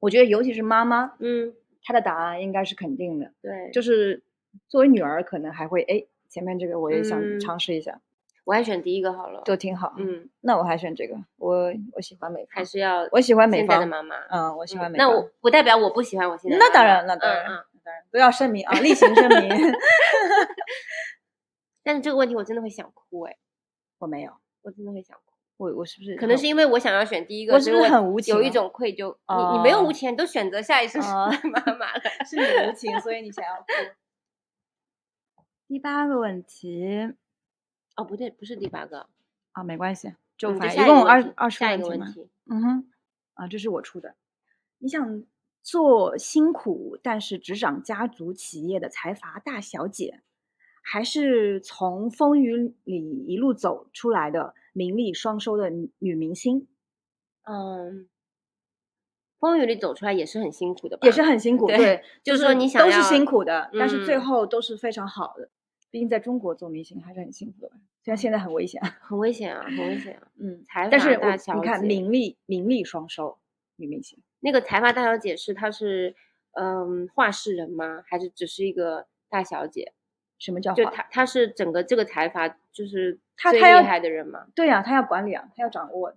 [SPEAKER 2] 我觉得尤其是妈妈，
[SPEAKER 1] 嗯，
[SPEAKER 2] 她的答案应该是肯定的。
[SPEAKER 1] 对，
[SPEAKER 2] 就是作为女儿，可能还会哎，前面这个我也
[SPEAKER 1] 嗯
[SPEAKER 2] 想尝试一下，
[SPEAKER 1] 我还选第一个好了。
[SPEAKER 2] 都挺好。，
[SPEAKER 1] 嗯，
[SPEAKER 2] 那我还选这个，我我喜欢美
[SPEAKER 1] 还
[SPEAKER 2] 方，
[SPEAKER 1] 是要
[SPEAKER 2] 我喜欢美
[SPEAKER 1] 现在的
[SPEAKER 2] 方，
[SPEAKER 1] 妈妈。
[SPEAKER 2] 嗯，我
[SPEAKER 1] 嗯
[SPEAKER 2] 喜欢美
[SPEAKER 1] 那
[SPEAKER 2] 方。
[SPEAKER 1] 我不代表我不喜欢我现在的
[SPEAKER 2] 那
[SPEAKER 1] 妈
[SPEAKER 2] 当
[SPEAKER 1] 妈
[SPEAKER 2] 然，那
[SPEAKER 1] 嗯
[SPEAKER 2] 当然，
[SPEAKER 1] 嗯
[SPEAKER 2] 那当然，都要声明啊，例行 声明，
[SPEAKER 1] 但是这个问题我真的会想哭哎、
[SPEAKER 2] 我没有，
[SPEAKER 1] 我真的会想哭。
[SPEAKER 2] 我我是不是
[SPEAKER 1] 可能
[SPEAKER 2] 很
[SPEAKER 1] 是因为我想要选第一个，
[SPEAKER 2] 我
[SPEAKER 1] 所
[SPEAKER 2] 是
[SPEAKER 1] 以
[SPEAKER 2] 不是很无情
[SPEAKER 1] 有一
[SPEAKER 2] 啊
[SPEAKER 1] 种愧疚。你你没有无
[SPEAKER 2] 哦
[SPEAKER 1] 情，你都选择下一次是
[SPEAKER 2] 哦
[SPEAKER 1] 妈妈了。
[SPEAKER 2] 是你无情，所以你 想要哭。第八个问题
[SPEAKER 1] 哦，不对，不是第八个，
[SPEAKER 2] 啊，没关系，就
[SPEAKER 1] 嗯就
[SPEAKER 2] 反
[SPEAKER 1] 下一
[SPEAKER 2] 正一
[SPEAKER 1] 个
[SPEAKER 2] 共
[SPEAKER 1] 问
[SPEAKER 2] 二
[SPEAKER 1] 题
[SPEAKER 2] 二十
[SPEAKER 1] 下一个
[SPEAKER 2] 题
[SPEAKER 1] 问
[SPEAKER 2] 嘛
[SPEAKER 1] 题，
[SPEAKER 2] 嗯哼，啊，这是我出的。你想做辛苦但是执掌家族企业的财阀大小姐，还是从风雨里一路走出来的名利双收的女女明星？
[SPEAKER 1] 嗯，风雨里走出来也是很辛苦的吧？
[SPEAKER 2] 也是很辛苦，
[SPEAKER 1] 对就
[SPEAKER 2] 就是
[SPEAKER 1] 说你想
[SPEAKER 2] 都是
[SPEAKER 1] 要
[SPEAKER 2] 辛苦的，但是最
[SPEAKER 1] 嗯
[SPEAKER 2] 后都是非常好的。毕竟在中国做明星还是很辛苦的，虽然现在很危险。
[SPEAKER 1] 很危险啊，很危险 啊。
[SPEAKER 2] 嗯，
[SPEAKER 1] 财
[SPEAKER 2] 但
[SPEAKER 1] 阀
[SPEAKER 2] 是
[SPEAKER 1] 大
[SPEAKER 2] 我
[SPEAKER 1] 小
[SPEAKER 2] 你看
[SPEAKER 1] 姐
[SPEAKER 2] 名利名利双收，女明星。
[SPEAKER 1] 那个财阀大小姐是她是嗯画室人吗？还是只是一个大小姐？
[SPEAKER 2] 什么叫
[SPEAKER 1] 就
[SPEAKER 2] 好
[SPEAKER 1] 她她是整个这个财阀就是
[SPEAKER 2] 哦她
[SPEAKER 1] 最
[SPEAKER 2] 她要
[SPEAKER 1] 厉害的人吗？
[SPEAKER 2] 对呀、他要管理啊，他要掌握，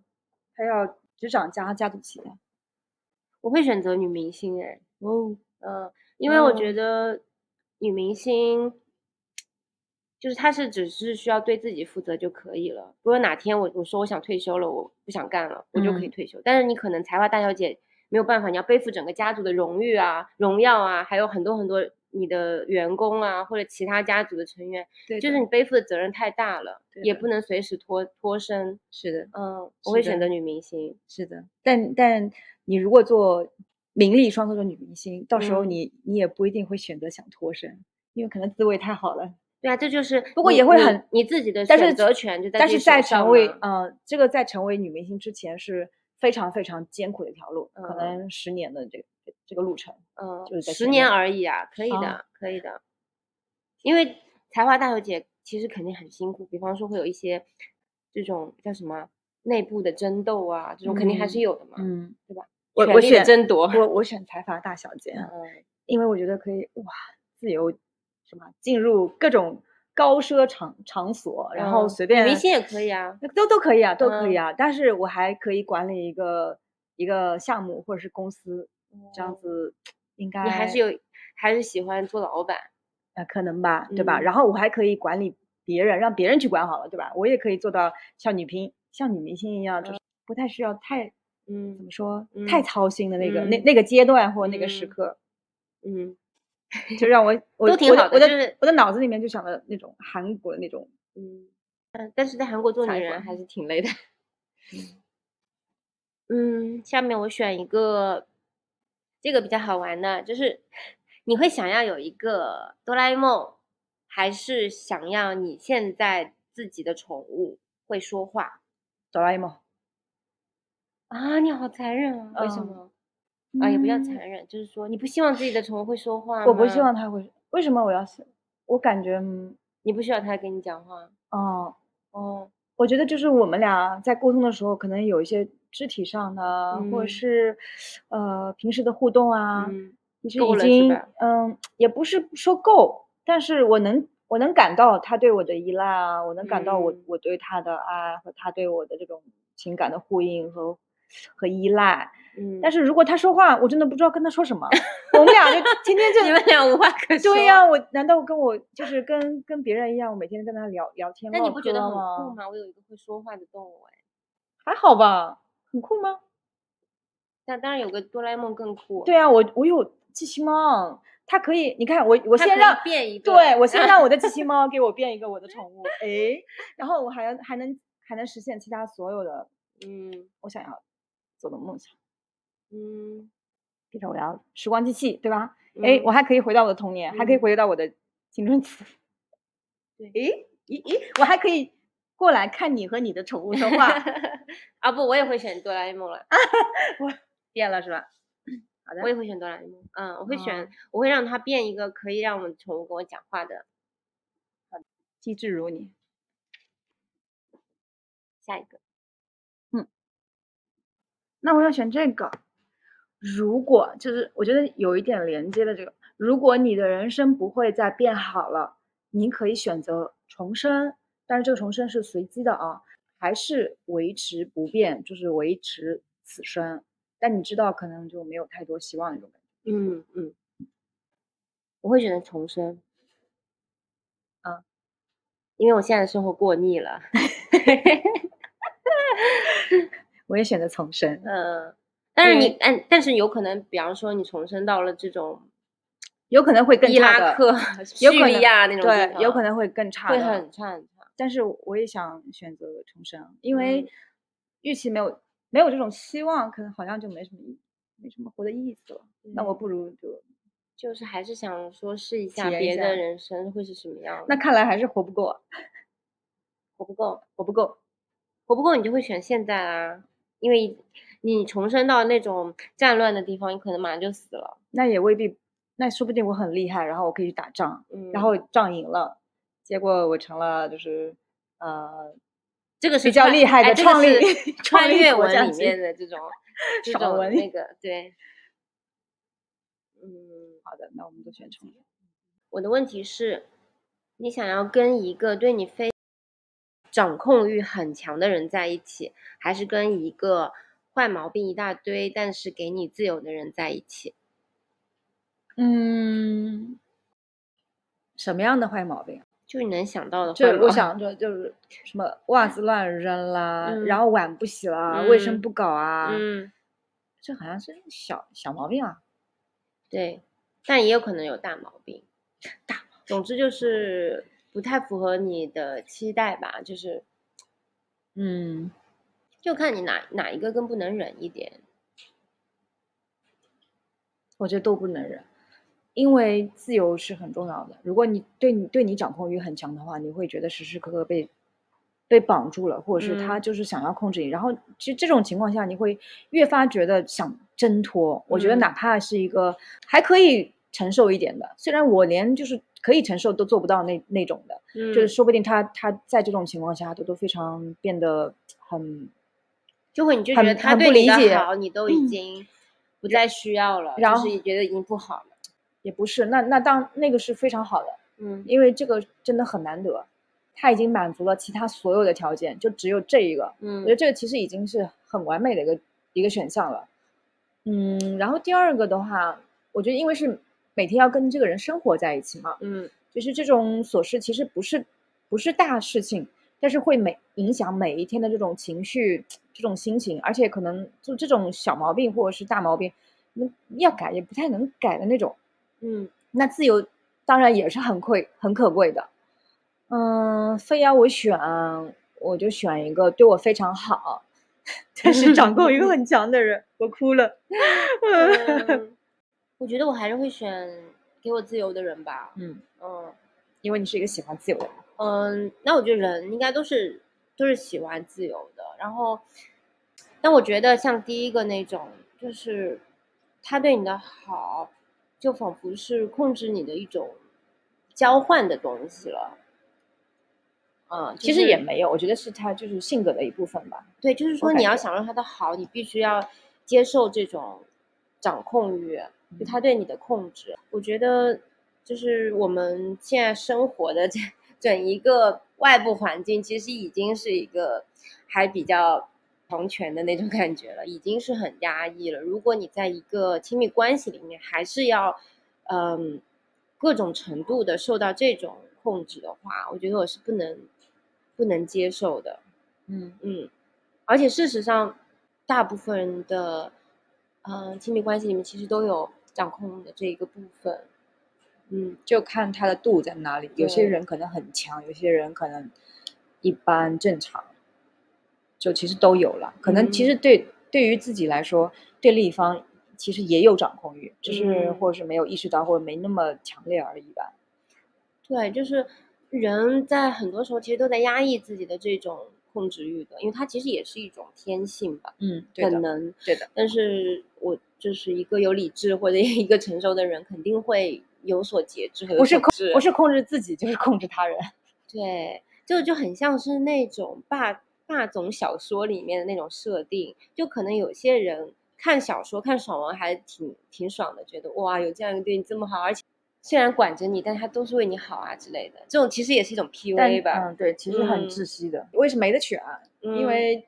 [SPEAKER 2] 他要执掌家家族企业。
[SPEAKER 1] 我会选择女明星哎、
[SPEAKER 2] 哦，
[SPEAKER 1] 嗯，因为我觉
[SPEAKER 2] 哦
[SPEAKER 1] 得女明星，就是她是只是需要对自己负责就可以了。如果哪天我我说我想退休了，我不想干了，我就可以
[SPEAKER 2] 嗯
[SPEAKER 1] 退休。但是你可能才华大小姐没有办法，你要背负整个家族的荣誉啊、荣耀啊，还有很多很多你的员工啊或者其他家族的成员，
[SPEAKER 2] 对
[SPEAKER 1] 就是
[SPEAKER 2] 的
[SPEAKER 1] 你背负的责任太大了，
[SPEAKER 2] 对
[SPEAKER 1] 也
[SPEAKER 2] 的
[SPEAKER 1] 不能随时脱脱身。
[SPEAKER 2] 是的，
[SPEAKER 1] 嗯，我
[SPEAKER 2] 是
[SPEAKER 1] 会选
[SPEAKER 2] 的
[SPEAKER 1] 择女明星。
[SPEAKER 2] 是的。但但你如果做名利双收的女明星，到时候
[SPEAKER 1] 嗯
[SPEAKER 2] 你、你也不一定会选择想脱身，因为可能滋味太好了。
[SPEAKER 1] 对啊，这就是
[SPEAKER 2] 不过
[SPEAKER 1] 你
[SPEAKER 2] 也会
[SPEAKER 1] 你
[SPEAKER 2] 很
[SPEAKER 1] 你自己的
[SPEAKER 2] 但
[SPEAKER 1] 选
[SPEAKER 2] 是
[SPEAKER 1] 择权就在
[SPEAKER 2] 但
[SPEAKER 1] 自己
[SPEAKER 2] 是在
[SPEAKER 1] 手上啊
[SPEAKER 2] 成为
[SPEAKER 1] 嘛
[SPEAKER 2] 呃，这个在成为女明星之前是非常非常艰苦的一条路，可
[SPEAKER 1] 嗯
[SPEAKER 2] 能十年的这个这个路程。
[SPEAKER 1] 嗯
[SPEAKER 2] 就是在
[SPEAKER 1] 十
[SPEAKER 2] 前
[SPEAKER 1] 年
[SPEAKER 2] 面
[SPEAKER 1] 而已啊，可以的，
[SPEAKER 2] 啊
[SPEAKER 1] 可以的。因为才华大小姐其实肯定很辛苦。比方说会有一些这种叫什么内部的争斗啊，这种肯定还是
[SPEAKER 2] 嗯
[SPEAKER 1] 有的嘛。
[SPEAKER 2] 嗯，
[SPEAKER 1] 对吧？
[SPEAKER 2] 我
[SPEAKER 1] 权
[SPEAKER 2] 我
[SPEAKER 1] 力的
[SPEAKER 2] 选
[SPEAKER 1] 争夺
[SPEAKER 2] 我我选财阀大小姐，啊
[SPEAKER 1] 嗯，
[SPEAKER 2] 因为我觉得可以哇，自由什么进入各种高奢场场所，然后
[SPEAKER 1] 嗯
[SPEAKER 2] 随便
[SPEAKER 1] 明星也可以啊。
[SPEAKER 2] 都都可以啊，都可以
[SPEAKER 1] 嗯
[SPEAKER 2] 啊。但是我还可以管理一个一个项目或者是公司，这样子应该
[SPEAKER 1] 你哦还是有，还是喜欢做老板。
[SPEAKER 2] 呃可能吧，对吧？
[SPEAKER 1] 嗯
[SPEAKER 2] 然后我还可以管理别人，让别人去管好了，对吧？我也可以做到像女平像女明星一样，就是不太需要太怎
[SPEAKER 1] 嗯
[SPEAKER 2] 么说、太
[SPEAKER 1] 嗯
[SPEAKER 2] 操心的那个、那
[SPEAKER 1] 嗯
[SPEAKER 2] 那个阶段或那个时
[SPEAKER 1] 嗯
[SPEAKER 2] 刻。
[SPEAKER 1] 嗯
[SPEAKER 2] 就让我我
[SPEAKER 1] 都挺
[SPEAKER 2] 我的
[SPEAKER 1] 好的
[SPEAKER 2] 我的、
[SPEAKER 1] 就是
[SPEAKER 2] 我的脑子里面就想到那种韩国的那种，
[SPEAKER 1] 嗯嗯，但是在韩国做
[SPEAKER 2] 财
[SPEAKER 1] 女
[SPEAKER 2] 管
[SPEAKER 1] 人还是挺 累的。 嗯，下面我选一个，这个比较好玩的，就是你会想要有一个哆啦 A 梦，还是想要你现在自己的宠物会说话
[SPEAKER 2] 哆啦 A 梦
[SPEAKER 1] 啊？你好残忍啊！为什
[SPEAKER 2] 嗯
[SPEAKER 1] 么？啊，也不叫
[SPEAKER 2] 嗯
[SPEAKER 1] 残忍，就是说你不希望自己的宠物会说话吗？
[SPEAKER 2] 我不希望他会。为什么我要是？我感觉，嗯
[SPEAKER 1] 你不需要它跟你讲话。
[SPEAKER 2] 哦，
[SPEAKER 1] 哦，
[SPEAKER 2] 我觉得就是我们俩在沟通的时候，可能有一些肢体上的，或者
[SPEAKER 1] 嗯
[SPEAKER 2] 是呃平时的互动啊，
[SPEAKER 1] 嗯
[SPEAKER 2] 其实
[SPEAKER 1] 够
[SPEAKER 2] 已
[SPEAKER 1] 了是
[SPEAKER 2] 经
[SPEAKER 1] 吧
[SPEAKER 2] 嗯，也不是说够，但是我能。我能感到他对我的依赖啊，我能感到我、
[SPEAKER 1] 嗯
[SPEAKER 2] 我对他的爱和他对我的这种情感的呼应和和依赖，
[SPEAKER 1] 嗯，
[SPEAKER 2] 但是如果他说话，我真的不知道跟他说 什么。我们俩就天天就
[SPEAKER 1] 你们俩无话可说。
[SPEAKER 2] 对呀、我难道我跟我就是跟跟别人一样，我每天跟他聊聊天？
[SPEAKER 1] 那你不觉得很酷
[SPEAKER 2] 吗？
[SPEAKER 1] 吗？我有一个会说话的动物哎，
[SPEAKER 2] 还好吧，很酷吗？
[SPEAKER 1] 但当然有个哆啦 A 梦更酷。，
[SPEAKER 2] 对啊，我我有机器猫，它可以，你看我我
[SPEAKER 1] 它可
[SPEAKER 2] 先
[SPEAKER 1] 以
[SPEAKER 2] 让。
[SPEAKER 1] 变一个，
[SPEAKER 2] 对，我先让我 的机器猫给我变一个我的宠物，哎，然后我还能还能还能实现其他所有的
[SPEAKER 1] 嗯
[SPEAKER 2] 我想要做的梦想，
[SPEAKER 1] 嗯，
[SPEAKER 2] 比如说我要时光机器，对吧？哎、
[SPEAKER 1] 嗯
[SPEAKER 2] 我还可以回到我的童年，还可以
[SPEAKER 1] 嗯
[SPEAKER 2] 回到我的青春期。
[SPEAKER 1] 对，
[SPEAKER 2] 咦咦咦，我还可以过来看你和你的宠物说话
[SPEAKER 1] 啊不，我也会选哆啦 A 梦了，
[SPEAKER 2] 变了是吧？好的
[SPEAKER 1] 我，也会选哆啦 A 梦。嗯，我会选
[SPEAKER 2] 哦，
[SPEAKER 1] 我会让它变一个可以让我们宠物跟我讲话的。
[SPEAKER 2] 机智如你。
[SPEAKER 1] 下一个，
[SPEAKER 2] 那我要选这个。如果就是我觉得有一点连接的这个，如果你的人生不会再变好了，你可以选择重生，但是这个重生是随机的啊，还是维持不变，就是维持此生。但你知道，可能就没有太多希望那种感觉。
[SPEAKER 1] 嗯嗯，我会选择重生。
[SPEAKER 2] 啊，
[SPEAKER 1] 因为我现在的生活过腻 了。
[SPEAKER 2] 我也选择重生。
[SPEAKER 1] 嗯，但是
[SPEAKER 2] 对
[SPEAKER 1] 你，但但是有可能，比方说你重生到了这种
[SPEAKER 2] 有可能会更
[SPEAKER 1] 伊
[SPEAKER 2] 差
[SPEAKER 1] 拉
[SPEAKER 2] 的，
[SPEAKER 1] 克、
[SPEAKER 2] 有
[SPEAKER 1] 叙
[SPEAKER 2] 可能
[SPEAKER 1] 利亚那种地
[SPEAKER 2] 对，有可
[SPEAKER 1] 方
[SPEAKER 2] 能会更差
[SPEAKER 1] 会
[SPEAKER 2] 的
[SPEAKER 1] 很差很差。
[SPEAKER 2] 但是我也想选择重生，因为
[SPEAKER 1] 嗯
[SPEAKER 2] 预期没有没有这种希望，可能好像就没什么意，没什么活的意思了。那我
[SPEAKER 1] 嗯
[SPEAKER 2] 不如就
[SPEAKER 1] 就是还是想说试一下
[SPEAKER 2] 体验一
[SPEAKER 1] 别
[SPEAKER 2] 下
[SPEAKER 1] 的人生会是什么样的。
[SPEAKER 2] 那看来还是活不够啊，
[SPEAKER 1] 活不够，
[SPEAKER 2] 活不够。
[SPEAKER 1] 活不够你就会选现在啊，因为你重生到那种战乱的地方，你可能马上就死了。
[SPEAKER 2] 那也未必，那说不定我很厉害，然后我可以去打仗，
[SPEAKER 1] 嗯，
[SPEAKER 2] 然后仗赢了，结果我成了就是呃
[SPEAKER 1] 这个是
[SPEAKER 2] 比较
[SPEAKER 1] 穿
[SPEAKER 2] 厉害
[SPEAKER 1] 哎
[SPEAKER 2] 的
[SPEAKER 1] 这个
[SPEAKER 2] 创立
[SPEAKER 1] 是
[SPEAKER 2] 创
[SPEAKER 1] 穿
[SPEAKER 2] 立
[SPEAKER 1] 越
[SPEAKER 2] 国家
[SPEAKER 1] 文里
[SPEAKER 2] 级
[SPEAKER 1] 面的 这种这
[SPEAKER 2] 爽
[SPEAKER 1] 种
[SPEAKER 2] 文
[SPEAKER 1] 那个对，嗯。
[SPEAKER 2] 好的，那我们就选重生。
[SPEAKER 1] 我的问题是，你想要跟一个对你非掌控欲很强的人在一起，还是跟一个坏毛病一大堆但是给你自由的人在一起？
[SPEAKER 2] 嗯，什么样的坏毛病？
[SPEAKER 1] 就你能想到的
[SPEAKER 2] 就
[SPEAKER 1] 坏
[SPEAKER 2] 是我
[SPEAKER 1] 毛，
[SPEAKER 2] 想着就是什么袜子乱扔啦，
[SPEAKER 1] 嗯
[SPEAKER 2] 然后碗不洗啦，卫
[SPEAKER 1] 嗯
[SPEAKER 2] 生不搞啊，
[SPEAKER 1] 嗯，
[SPEAKER 2] 这好像是小小毛病啊。
[SPEAKER 1] 对，但也有可能有大毛病。大，总之就是不太符合你的期待吧，就是
[SPEAKER 2] 嗯，
[SPEAKER 1] 就看你哪哪一个更不能忍一点。
[SPEAKER 2] 我觉得都不能忍，因为自由是很重要的。如果你对你对你掌控欲很强的话，你会觉得时时刻刻被被绑住了，或者是他
[SPEAKER 1] 嗯
[SPEAKER 2] 就是想要控制你。然后其实这种情况下，你会越发觉得想挣脱。我觉得
[SPEAKER 1] 嗯
[SPEAKER 2] 哪怕是一个还可以承受一点的。虽然我连就是可以承受都做不到那那种的，
[SPEAKER 1] 嗯
[SPEAKER 2] 就是说不定他他在这种情况下，他都非常变得很
[SPEAKER 1] 就会你就觉
[SPEAKER 2] 很
[SPEAKER 1] 得他
[SPEAKER 2] 很
[SPEAKER 1] 对
[SPEAKER 2] 不
[SPEAKER 1] 你
[SPEAKER 2] 理
[SPEAKER 1] 的
[SPEAKER 2] 解嗯
[SPEAKER 1] 好，你都已经不再需要了，
[SPEAKER 2] 然
[SPEAKER 1] 就是也觉得已经不好了。
[SPEAKER 2] 也不是。那那当那个是非常好的，
[SPEAKER 1] 嗯
[SPEAKER 2] 因为这个真的很难得，他已经满足了其他所有的条件，就只有这一个。我觉得
[SPEAKER 1] 嗯
[SPEAKER 2] 这个其实已经是很完美的一个一个选项了。嗯，然后第二个的话，我觉得因为是每天要跟这个人生活在一起嘛，
[SPEAKER 1] 嗯
[SPEAKER 2] 就是这种琐事其实不是不是大事情，但是会每影响每一天的这种情绪、这种心情，而且可能就这种小毛病或者是大毛病，那要改也不太能改的那种。
[SPEAKER 1] 嗯
[SPEAKER 2] 那自由当然也是很贵、很可贵的。嗯，非要我选，我就选一个对我非常好， 但是掌控欲很强的人。我哭了。
[SPEAKER 1] 嗯，我觉得我还是会选给我自由的人吧。
[SPEAKER 2] 嗯，
[SPEAKER 1] 嗯
[SPEAKER 2] 因为你是一个喜欢自由的人。
[SPEAKER 1] 嗯，那我觉得人应该都是都是喜欢自由的。然后，但我觉得像第一个那种，就是他对你的好，就仿佛是控制你的一种交换的东西了。嗯，
[SPEAKER 2] 其实也
[SPEAKER 1] 没。
[SPEAKER 2] 没有，我觉得是他就是性格的一部分吧。
[SPEAKER 1] 对，就是
[SPEAKER 2] 我
[SPEAKER 1] 说
[SPEAKER 2] 感
[SPEAKER 1] 你要
[SPEAKER 2] 觉
[SPEAKER 1] 想让他的好，你必须要接受这种掌控欲，就他对你的控制。我觉得就是我们现在生活的这整一个外部环境，其实已经是一个还比较皇权的那种感觉了，已经是很压抑了。如果你在一个亲密关系里面，还是要嗯各种程度的受到这种控制的话，我觉得我是不能不能接受的。
[SPEAKER 2] 嗯，
[SPEAKER 1] 嗯，而且事实上，大部分人的嗯、呃亲密关系里面其实都有掌控的这一个部分。嗯
[SPEAKER 2] 就看他的度在哪里。有些
[SPEAKER 1] 对
[SPEAKER 2] 人可能很强，有些人可能一般正常，就其实都有了。可能其
[SPEAKER 1] 嗯
[SPEAKER 2] 实对、对于自己来说，对另一方其实也有掌控欲，只是
[SPEAKER 1] 嗯
[SPEAKER 2] 或者是没有意识到，或者没那么强烈而已吧。
[SPEAKER 1] 对，就是人在很多时候其实都在压抑自己的这种控制欲的，因为它其实也是一种天性吧，
[SPEAKER 2] 嗯，对
[SPEAKER 1] 本
[SPEAKER 2] 的，
[SPEAKER 1] 能。
[SPEAKER 2] 对的。
[SPEAKER 1] 但是我就是一个有理智或者一个成熟的人，肯定会有所节制和有
[SPEAKER 2] 不是
[SPEAKER 1] 所
[SPEAKER 2] 控
[SPEAKER 1] 制，
[SPEAKER 2] 不是控制自己，就是控制他人。
[SPEAKER 1] 对，就就很像是那种霸霸总小说里面的那种设定，就可能有些人看小说看爽文还挺挺爽的，觉得哇有这样一个对你这么好，而且虽然管着你，但他都是为你好啊之类的，这种其实也是一种
[SPEAKER 2] 但
[SPEAKER 1] PUA 吧，
[SPEAKER 2] 嗯，对，其实很
[SPEAKER 1] 嗯
[SPEAKER 2] 窒息的。为什么没得选？啊因
[SPEAKER 1] 嗯
[SPEAKER 2] 为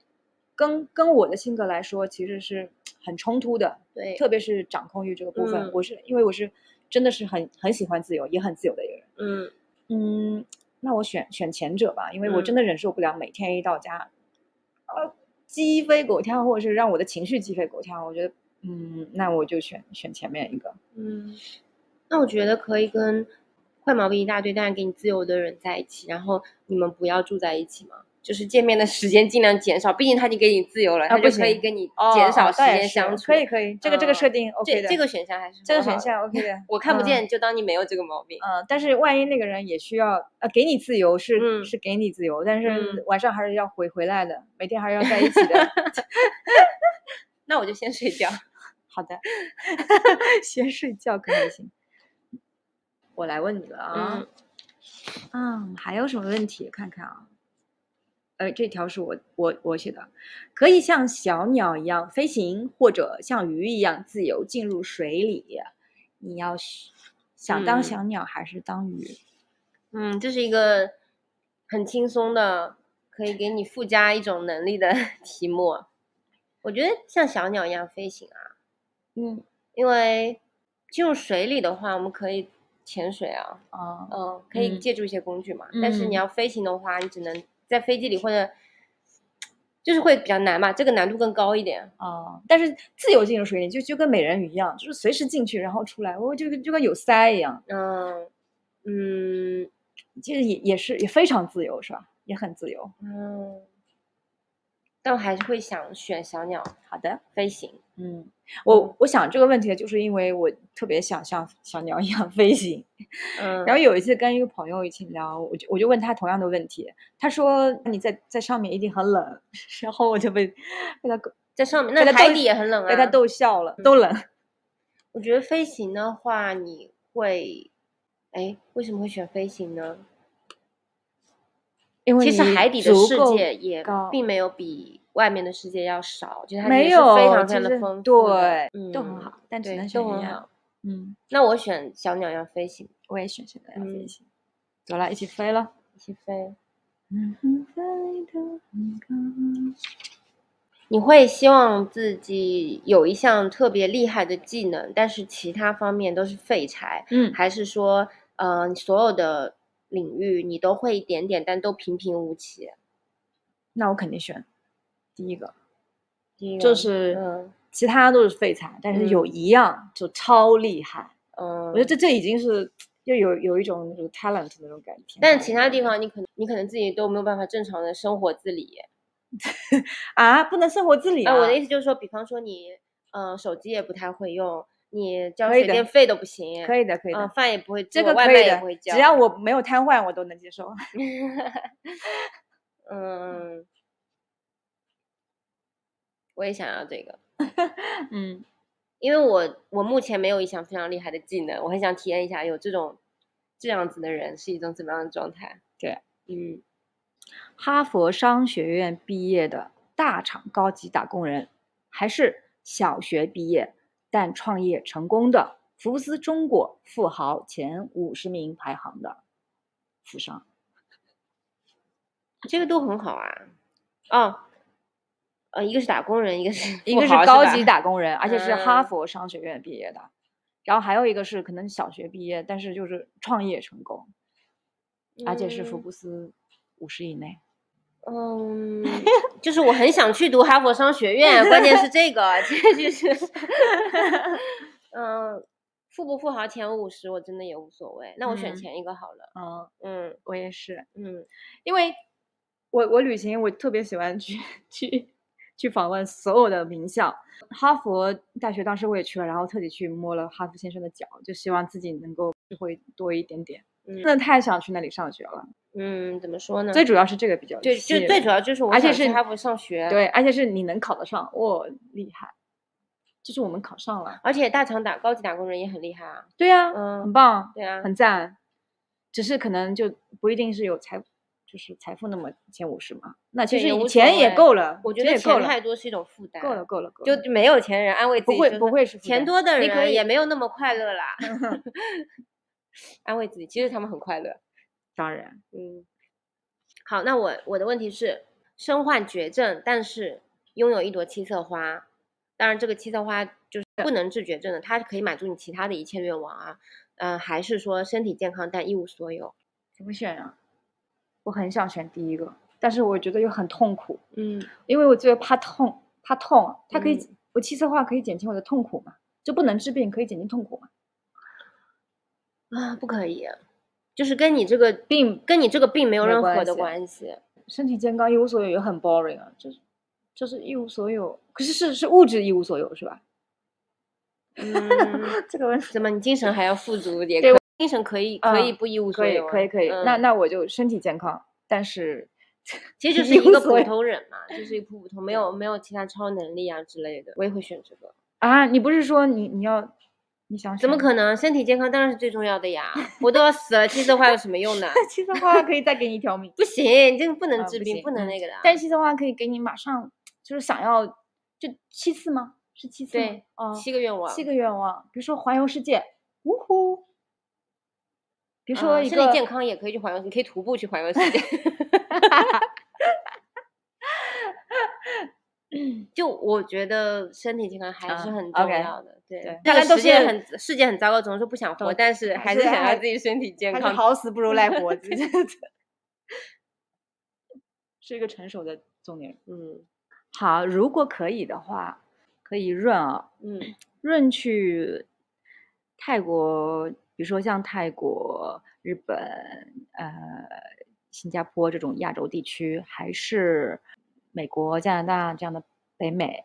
[SPEAKER 2] 跟跟我的性格来说，其实是很冲突的。
[SPEAKER 1] 对，
[SPEAKER 2] 特别是掌控欲这个部分，
[SPEAKER 1] 嗯
[SPEAKER 2] 我是因为我是真的是很很喜欢自由，也很自由的一个人。
[SPEAKER 1] 嗯
[SPEAKER 2] 嗯，那我选选前者吧，因为我
[SPEAKER 1] 嗯
[SPEAKER 2] 真的忍受不了每天一到家，呃，鸡飞狗跳，或者是让我的情绪鸡飞狗跳。我觉得，嗯，那我就选选前面一个。
[SPEAKER 1] 嗯，那我觉得可以跟坏毛病一大堆但是给你自由的人在一起，然后你们不要住在一起嘛。就是见面的时间尽量减少，毕竟他已经给你自由了，
[SPEAKER 2] 啊
[SPEAKER 1] 他
[SPEAKER 2] 不
[SPEAKER 1] 就可以
[SPEAKER 2] 行
[SPEAKER 1] 跟你
[SPEAKER 2] 哦
[SPEAKER 1] 减少时
[SPEAKER 2] 倒也
[SPEAKER 1] 间
[SPEAKER 2] 是
[SPEAKER 1] 相处。
[SPEAKER 2] 可以可以，这个这个设
[SPEAKER 1] 嗯
[SPEAKER 2] 定 OK
[SPEAKER 1] 这
[SPEAKER 2] 的，
[SPEAKER 1] 这个选项还是
[SPEAKER 2] 这个
[SPEAKER 1] 很好
[SPEAKER 2] 选
[SPEAKER 1] 的，
[SPEAKER 2] 项 OK 的，
[SPEAKER 1] 我看不
[SPEAKER 2] 嗯。
[SPEAKER 1] 见，就当你没有这个毛病。
[SPEAKER 2] 嗯，但是万一那个人也需要，呃，给你自由是、
[SPEAKER 1] 嗯
[SPEAKER 2] 是给你自由，但是
[SPEAKER 1] 嗯
[SPEAKER 2] 晚上还是要回回来的，每天还是要在一 起的。
[SPEAKER 1] 那我就先睡觉。
[SPEAKER 2] 好的， 先睡觉可还行。我来问你了啊
[SPEAKER 1] 嗯，
[SPEAKER 2] 嗯还有什么问题？看看啊，呃，这条是我我我写的，可以像小鸟一样飞行，或者像鱼一样自由进入水里。你要是想当
[SPEAKER 1] 嗯
[SPEAKER 2] 小鸟还是当鱼？
[SPEAKER 1] 嗯，这是一个很轻松的，可以给你附加一种能力的 题目。我觉得像小鸟一样飞行啊，
[SPEAKER 2] 嗯
[SPEAKER 1] 因为进入水里的话，我们可以潜水啊，
[SPEAKER 2] 啊、
[SPEAKER 1] 嗯，可以
[SPEAKER 2] 嗯
[SPEAKER 1] 借助一些工具嘛。但是你
[SPEAKER 2] 嗯
[SPEAKER 1] 要飞行的话，你只能在飞机里或者就是会比较难嘛，这个难度更高一点。
[SPEAKER 2] 哦，但是自由进入水里就就跟美人鱼一样，就是随时进去然后出来，我就跟就跟有鳃一样，
[SPEAKER 1] 嗯嗯
[SPEAKER 2] 其实也也是也非常自由，是吧？也很自由。
[SPEAKER 1] 嗯，但我还是会想选小鸟
[SPEAKER 2] 好的，
[SPEAKER 1] 飞行。
[SPEAKER 2] 嗯，我
[SPEAKER 1] 嗯
[SPEAKER 2] 我想这个问题就是因为我特别想像小鸟一样飞行，
[SPEAKER 1] 嗯，
[SPEAKER 2] 然后有一次跟一个朋友一起聊，我就我就问他同样的问题，他说你在在上面一定很冷，然后我就被被他
[SPEAKER 1] 在上面，
[SPEAKER 2] 被
[SPEAKER 1] 那
[SPEAKER 2] 他逗
[SPEAKER 1] 海底也很冷啊。
[SPEAKER 2] 被他逗笑了，都冷。
[SPEAKER 1] 我觉得飞行的话，你会，哎，为什么会选飞行呢？
[SPEAKER 3] 因为
[SPEAKER 1] 其实
[SPEAKER 3] 你
[SPEAKER 1] 海底的
[SPEAKER 3] 足
[SPEAKER 1] 世
[SPEAKER 3] 够
[SPEAKER 1] 界也
[SPEAKER 3] 高
[SPEAKER 1] 并没有比外面的世界要少，就是它
[SPEAKER 3] 没
[SPEAKER 1] 也是
[SPEAKER 3] 有
[SPEAKER 1] 非常
[SPEAKER 3] 其
[SPEAKER 1] 非常的
[SPEAKER 3] 实
[SPEAKER 1] 丰富，
[SPEAKER 3] 对，
[SPEAKER 1] 嗯，
[SPEAKER 2] 都很，好，但只
[SPEAKER 1] 对
[SPEAKER 2] 能，选
[SPEAKER 1] 都
[SPEAKER 2] 人
[SPEAKER 1] 很
[SPEAKER 2] 家。
[SPEAKER 1] 好。
[SPEAKER 2] 嗯，
[SPEAKER 1] 那我选小鸟要飞行，
[SPEAKER 2] 我也选这个要飞
[SPEAKER 1] 嗯
[SPEAKER 2] 行。走了，一起飞了。
[SPEAKER 1] 一起飞。
[SPEAKER 3] 嗯飞得很高
[SPEAKER 1] 你会希望自己有一项特别厉害的技能，但是其他方面都是废柴，
[SPEAKER 2] 嗯，
[SPEAKER 1] 还是说，呃，所有的领域你都会一点点，但都平平无奇？
[SPEAKER 2] 那我肯定选第一个，
[SPEAKER 1] 第一
[SPEAKER 2] 就
[SPEAKER 1] 个
[SPEAKER 2] 是
[SPEAKER 1] 嗯
[SPEAKER 2] 其他都是废材，但是有
[SPEAKER 1] 嗯
[SPEAKER 2] 一样就超厉害。
[SPEAKER 1] 嗯，
[SPEAKER 2] 我觉得这这已经是又有有一种那种 talent 那种感觉。
[SPEAKER 1] 但其他地方你可能你可能自己都没有办法正常的生活自理。
[SPEAKER 2] 啊，不能生活自理啊！
[SPEAKER 1] 啊，我的意思就是说，比方说你，呃，手机也不太会用，你交
[SPEAKER 2] 可以
[SPEAKER 1] 水
[SPEAKER 2] 的
[SPEAKER 1] 电费都不行，
[SPEAKER 2] 可以的，可以
[SPEAKER 1] 嗯、
[SPEAKER 2] 的，
[SPEAKER 1] 饭也不会做，
[SPEAKER 2] 这个
[SPEAKER 1] 外
[SPEAKER 2] 可
[SPEAKER 1] 卖
[SPEAKER 2] 以
[SPEAKER 1] 也
[SPEAKER 2] 的
[SPEAKER 1] 不会，交，
[SPEAKER 2] 只要我没有瘫痪，我都能 接受。
[SPEAKER 1] 嗯，我也想要这个，
[SPEAKER 2] 嗯，
[SPEAKER 1] 因为我我目前没有一项非常厉害的技能，我很想体验一下有这种这样子的人是一种怎么样的状态。
[SPEAKER 2] 对，
[SPEAKER 1] 嗯，
[SPEAKER 2] 哈佛商学院毕业的大厂高级打工人，还是小学毕业但创业成功的福斯中国富豪前五十名排行的富商。
[SPEAKER 1] 这个都很好啊。哦，呃，一个是打工人，一个是
[SPEAKER 2] 一
[SPEAKER 1] 富
[SPEAKER 2] 个是
[SPEAKER 1] 豪
[SPEAKER 2] 高
[SPEAKER 1] 吧
[SPEAKER 2] 级打工人，而且是哈
[SPEAKER 1] 嗯
[SPEAKER 2] 佛商学院毕业的，然后还有一个是可能小学毕业，但是就是创业成功，而且啊是福
[SPEAKER 1] 嗯
[SPEAKER 2] 布斯五十以内。
[SPEAKER 1] 嗯，就是我很想去读哈佛商学院，关键是这个，这就是， 嗯，富不富豪前五十我真的也无所谓，那我选
[SPEAKER 2] 嗯
[SPEAKER 1] 前一个好了。
[SPEAKER 2] 嗯，
[SPEAKER 1] 嗯
[SPEAKER 2] 我也是，
[SPEAKER 1] 嗯，
[SPEAKER 2] 因为我我旅行我特别喜欢去 去去访问所有的名校，哈佛大学当时我也去了，然后特地去摸了哈佛先生的脚，就希望自己能够智慧多一点点。
[SPEAKER 1] 嗯
[SPEAKER 2] 真的太想去那里上学了，
[SPEAKER 1] 嗯，怎么说呢？
[SPEAKER 2] 最主要是这个比较
[SPEAKER 1] 对，
[SPEAKER 2] 吸
[SPEAKER 1] 就
[SPEAKER 2] 引
[SPEAKER 1] 最
[SPEAKER 2] 人
[SPEAKER 1] 主要就是我
[SPEAKER 2] 而且
[SPEAKER 1] 想去
[SPEAKER 2] 是
[SPEAKER 1] 哈佛上学，，
[SPEAKER 2] 对，而且是你能考得上，哇、厉害！就是我们考上了，
[SPEAKER 1] 而且大厂打高级打工人也很厉害啊。
[SPEAKER 2] 对呀、
[SPEAKER 1] 嗯
[SPEAKER 2] 很棒，
[SPEAKER 1] 对啊，
[SPEAKER 2] 很赞。只是可能就不一定是有财，就是财富那么前五十嘛。那其
[SPEAKER 1] 对
[SPEAKER 2] 实
[SPEAKER 1] 也
[SPEAKER 2] 以
[SPEAKER 1] 无
[SPEAKER 2] 前
[SPEAKER 1] 所
[SPEAKER 2] 也
[SPEAKER 1] 谓
[SPEAKER 2] 够了，
[SPEAKER 1] 我觉
[SPEAKER 2] 这
[SPEAKER 1] 得
[SPEAKER 2] 也够
[SPEAKER 1] 钱
[SPEAKER 2] 了
[SPEAKER 1] 太，多是一种负担，
[SPEAKER 2] 够了，够了，够了。
[SPEAKER 1] 就没有钱人安慰自
[SPEAKER 2] 不
[SPEAKER 1] 己
[SPEAKER 2] 会
[SPEAKER 1] 说
[SPEAKER 2] 不
[SPEAKER 1] 是
[SPEAKER 2] 会是负
[SPEAKER 1] 钱
[SPEAKER 2] 担
[SPEAKER 1] 多的
[SPEAKER 2] 你可
[SPEAKER 1] 人
[SPEAKER 2] 以
[SPEAKER 1] 也没有那么快乐 啦， 安慰自己，其实他们很快乐。
[SPEAKER 2] 当然，
[SPEAKER 1] 嗯，好，那我我的问题是，身患绝症，但是拥有一朵七色花，当然这个七色花就是不能治绝症的，它可以满足你其他的一切愿望啊。嗯、还是说身体健康但一无所有？
[SPEAKER 2] 怎么选啊？我很想选第一个，但是我觉得又很痛苦，
[SPEAKER 1] 嗯
[SPEAKER 2] 因为我最怕痛，怕痛，啊它可以，
[SPEAKER 1] 嗯
[SPEAKER 2] 我七色化可以减轻我的痛苦嘛，就不能治病可以减轻痛苦嘛，
[SPEAKER 1] 啊，不可以，就是跟你这个
[SPEAKER 2] 并
[SPEAKER 1] 跟你这个病没有
[SPEAKER 2] 没
[SPEAKER 1] 任
[SPEAKER 2] 关
[SPEAKER 1] 何的
[SPEAKER 2] 系
[SPEAKER 1] 关系。
[SPEAKER 2] 身体健康一无所有也很 boring 啊，就是就是一无所有，可是是是物质一无所有是 吧？
[SPEAKER 1] 嗯，
[SPEAKER 2] 这个问题
[SPEAKER 1] 怎么你精神还要富足也
[SPEAKER 2] 对
[SPEAKER 1] 可以？精神可以可
[SPEAKER 2] 嗯
[SPEAKER 1] 以不一无所
[SPEAKER 2] 可以
[SPEAKER 1] 有啊、
[SPEAKER 2] 可以可以，那
[SPEAKER 1] 嗯
[SPEAKER 2] 那我就身体健康，但是
[SPEAKER 1] 其实就是
[SPEAKER 2] 一
[SPEAKER 1] 一
[SPEAKER 2] 无
[SPEAKER 1] 个
[SPEAKER 2] 所
[SPEAKER 1] 普
[SPEAKER 2] 有
[SPEAKER 1] 通人嘛，就是一个普普通，没有没有其他超能力啊之类的。我也会选这个，
[SPEAKER 2] 啊，你不是说你你要你想
[SPEAKER 1] 怎么
[SPEAKER 2] 选
[SPEAKER 1] 可能？身体健康当然是最重要的呀！我都要死了，七色花有什么用呢？ ，
[SPEAKER 2] 七色花可以再给你一条命
[SPEAKER 1] 不行，你这个不能
[SPEAKER 2] 啊
[SPEAKER 1] 治
[SPEAKER 2] 不
[SPEAKER 1] 病，
[SPEAKER 2] 行
[SPEAKER 1] 不能
[SPEAKER 2] 嗯
[SPEAKER 1] 那个的啊。
[SPEAKER 2] 但是七色花可以给你马上就是想要就七次吗？是七次吗？
[SPEAKER 1] 对
[SPEAKER 2] 哦，
[SPEAKER 1] 七个愿望，
[SPEAKER 2] 七个愿望，比如说环游世界，呜呼，比如说
[SPEAKER 1] 啊
[SPEAKER 2] 一
[SPEAKER 1] 身体
[SPEAKER 2] 个
[SPEAKER 1] 健康也可以去环游，你可以徒步去环游世界。 就我觉得身体健康还是
[SPEAKER 2] 啊
[SPEAKER 1] 很重
[SPEAKER 2] ，OK，
[SPEAKER 1] 要的，对
[SPEAKER 2] 对
[SPEAKER 1] 这
[SPEAKER 2] 大
[SPEAKER 1] 个
[SPEAKER 2] 家都
[SPEAKER 1] 世界
[SPEAKER 2] 是
[SPEAKER 1] 很世界很糟糕，总是不想活，
[SPEAKER 2] 都
[SPEAKER 1] 但是还
[SPEAKER 2] 还是
[SPEAKER 1] 是想
[SPEAKER 2] 还
[SPEAKER 1] 要自己身体健
[SPEAKER 2] 还是
[SPEAKER 1] 康。
[SPEAKER 2] 好死不如赖活，这是一个成熟的中年人。
[SPEAKER 1] 嗯
[SPEAKER 2] 好，如果可以的话，可以润啊，
[SPEAKER 1] 嗯，
[SPEAKER 2] 润去泰国，比如说像泰国、日本、呃新加坡这种亚洲地区，还是美国、加拿大这样的北美。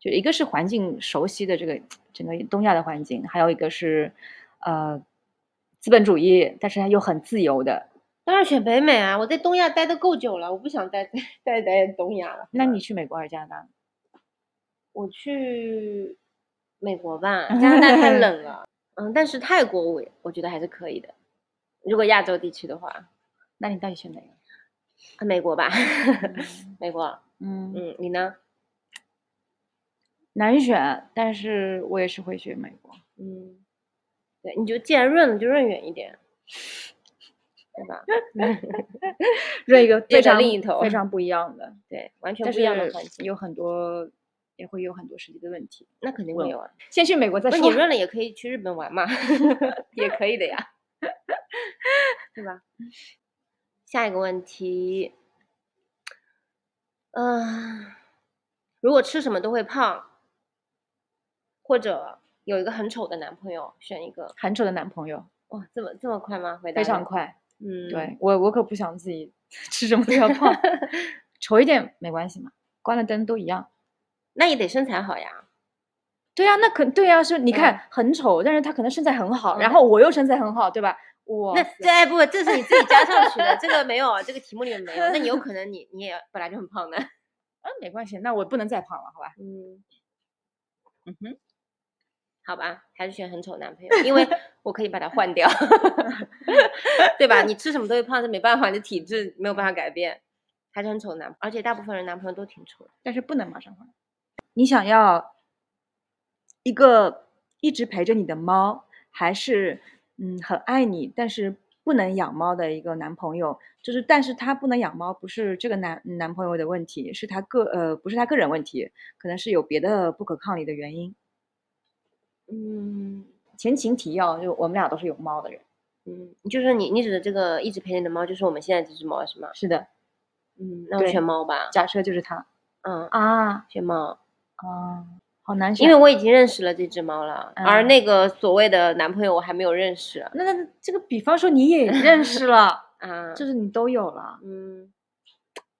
[SPEAKER 2] 就一个是环境熟悉的这个整个东亚的环境，还有一个是呃资本主义，但是它又很自由的。
[SPEAKER 1] 当然选北美啊！我在东亚待的够久了，我不想待待待东亚了。
[SPEAKER 2] 那你去美国还是加拿大？
[SPEAKER 1] 我去美国吧，加拿大太冷了。嗯，但是泰国我我觉得还是可以的，如果亚洲地区的话，
[SPEAKER 2] 那你到底选哪个？
[SPEAKER 1] 啊美国吧， 美国，
[SPEAKER 2] 嗯，
[SPEAKER 1] 嗯，你呢？
[SPEAKER 2] 难选，但是我也是会选美国。
[SPEAKER 1] 嗯，对，你就既然润了，就润远一点，对吧？
[SPEAKER 2] 这一个
[SPEAKER 1] 别
[SPEAKER 2] 非
[SPEAKER 1] 在
[SPEAKER 2] 常
[SPEAKER 1] 另一头
[SPEAKER 2] 非常不一样的，
[SPEAKER 1] 对，完全
[SPEAKER 2] 但
[SPEAKER 1] 不
[SPEAKER 2] 是
[SPEAKER 1] 一样的环境，
[SPEAKER 2] 有很多也会有很多实际的问题。
[SPEAKER 1] 那肯定
[SPEAKER 2] 我
[SPEAKER 1] 会有啊。
[SPEAKER 2] 先去美国再
[SPEAKER 1] 那
[SPEAKER 2] 说。
[SPEAKER 1] 你润了也可以去日本玩嘛， 也可以的呀， 对吧？下一个问题，嗯、如果吃什么都会胖，或者有一个很丑的男朋友，选一个。
[SPEAKER 2] 韩丑的男朋友
[SPEAKER 1] 哇，这么这么快吗？回答
[SPEAKER 2] 非常
[SPEAKER 1] 得，
[SPEAKER 2] 快，
[SPEAKER 1] 嗯，
[SPEAKER 2] 对我我可不想自己 吃什么都要 胖，丑一点没关系嘛，关了灯都一样。
[SPEAKER 1] 那也得身材好呀。
[SPEAKER 2] 对啊呀、那可对呀、是你看、
[SPEAKER 1] 嗯
[SPEAKER 2] 很丑，但是他可能身材很好，然
[SPEAKER 1] 嗯
[SPEAKER 2] 后我又身材很好，对吧？我
[SPEAKER 1] 那这哎不，这是你自己加上去的，这个没有，啊，这个题目里面没有。那 你有可能你你也本来就很胖的。
[SPEAKER 2] 啊没关系，那我不能再胖了，好吧？
[SPEAKER 1] 嗯，
[SPEAKER 2] 嗯哼，
[SPEAKER 1] 好吧，还是选很丑男朋友， 因为我可以把他换 掉，对吧？你吃什么都会胖，这没办法，你的体质没有办法改变，还是很丑男，而且大部分人男朋友都挺丑的。
[SPEAKER 2] 但是不能马上换。你想要一个一直陪着你的猫，还是嗯很爱你，但是不能养猫的一个男朋友？就是，但是他不能养猫，不是这个男男朋友的问题，是他个呃不是他个人问题，可能是有别的不可抗力的原因。
[SPEAKER 1] 嗯
[SPEAKER 2] 前情提要，就我们俩都是有猫的人。
[SPEAKER 1] 嗯，就是你你指的这个一直陪你的猫，就是我们现在这只猫是吗？
[SPEAKER 2] 是的，
[SPEAKER 1] 嗯，那我
[SPEAKER 2] 对
[SPEAKER 1] 选猫吧。
[SPEAKER 2] 假设就是他
[SPEAKER 1] 嗯，
[SPEAKER 2] 啊
[SPEAKER 1] 选猫。
[SPEAKER 2] 啊，好难选。
[SPEAKER 1] 因为我已经认识了这只猫了，而
[SPEAKER 2] 嗯
[SPEAKER 1] 那个所谓的男朋友我还没有认识
[SPEAKER 2] 那那那这个，比方说你也认识 了，
[SPEAKER 1] 啊。
[SPEAKER 2] 就是你都有了，
[SPEAKER 1] 嗯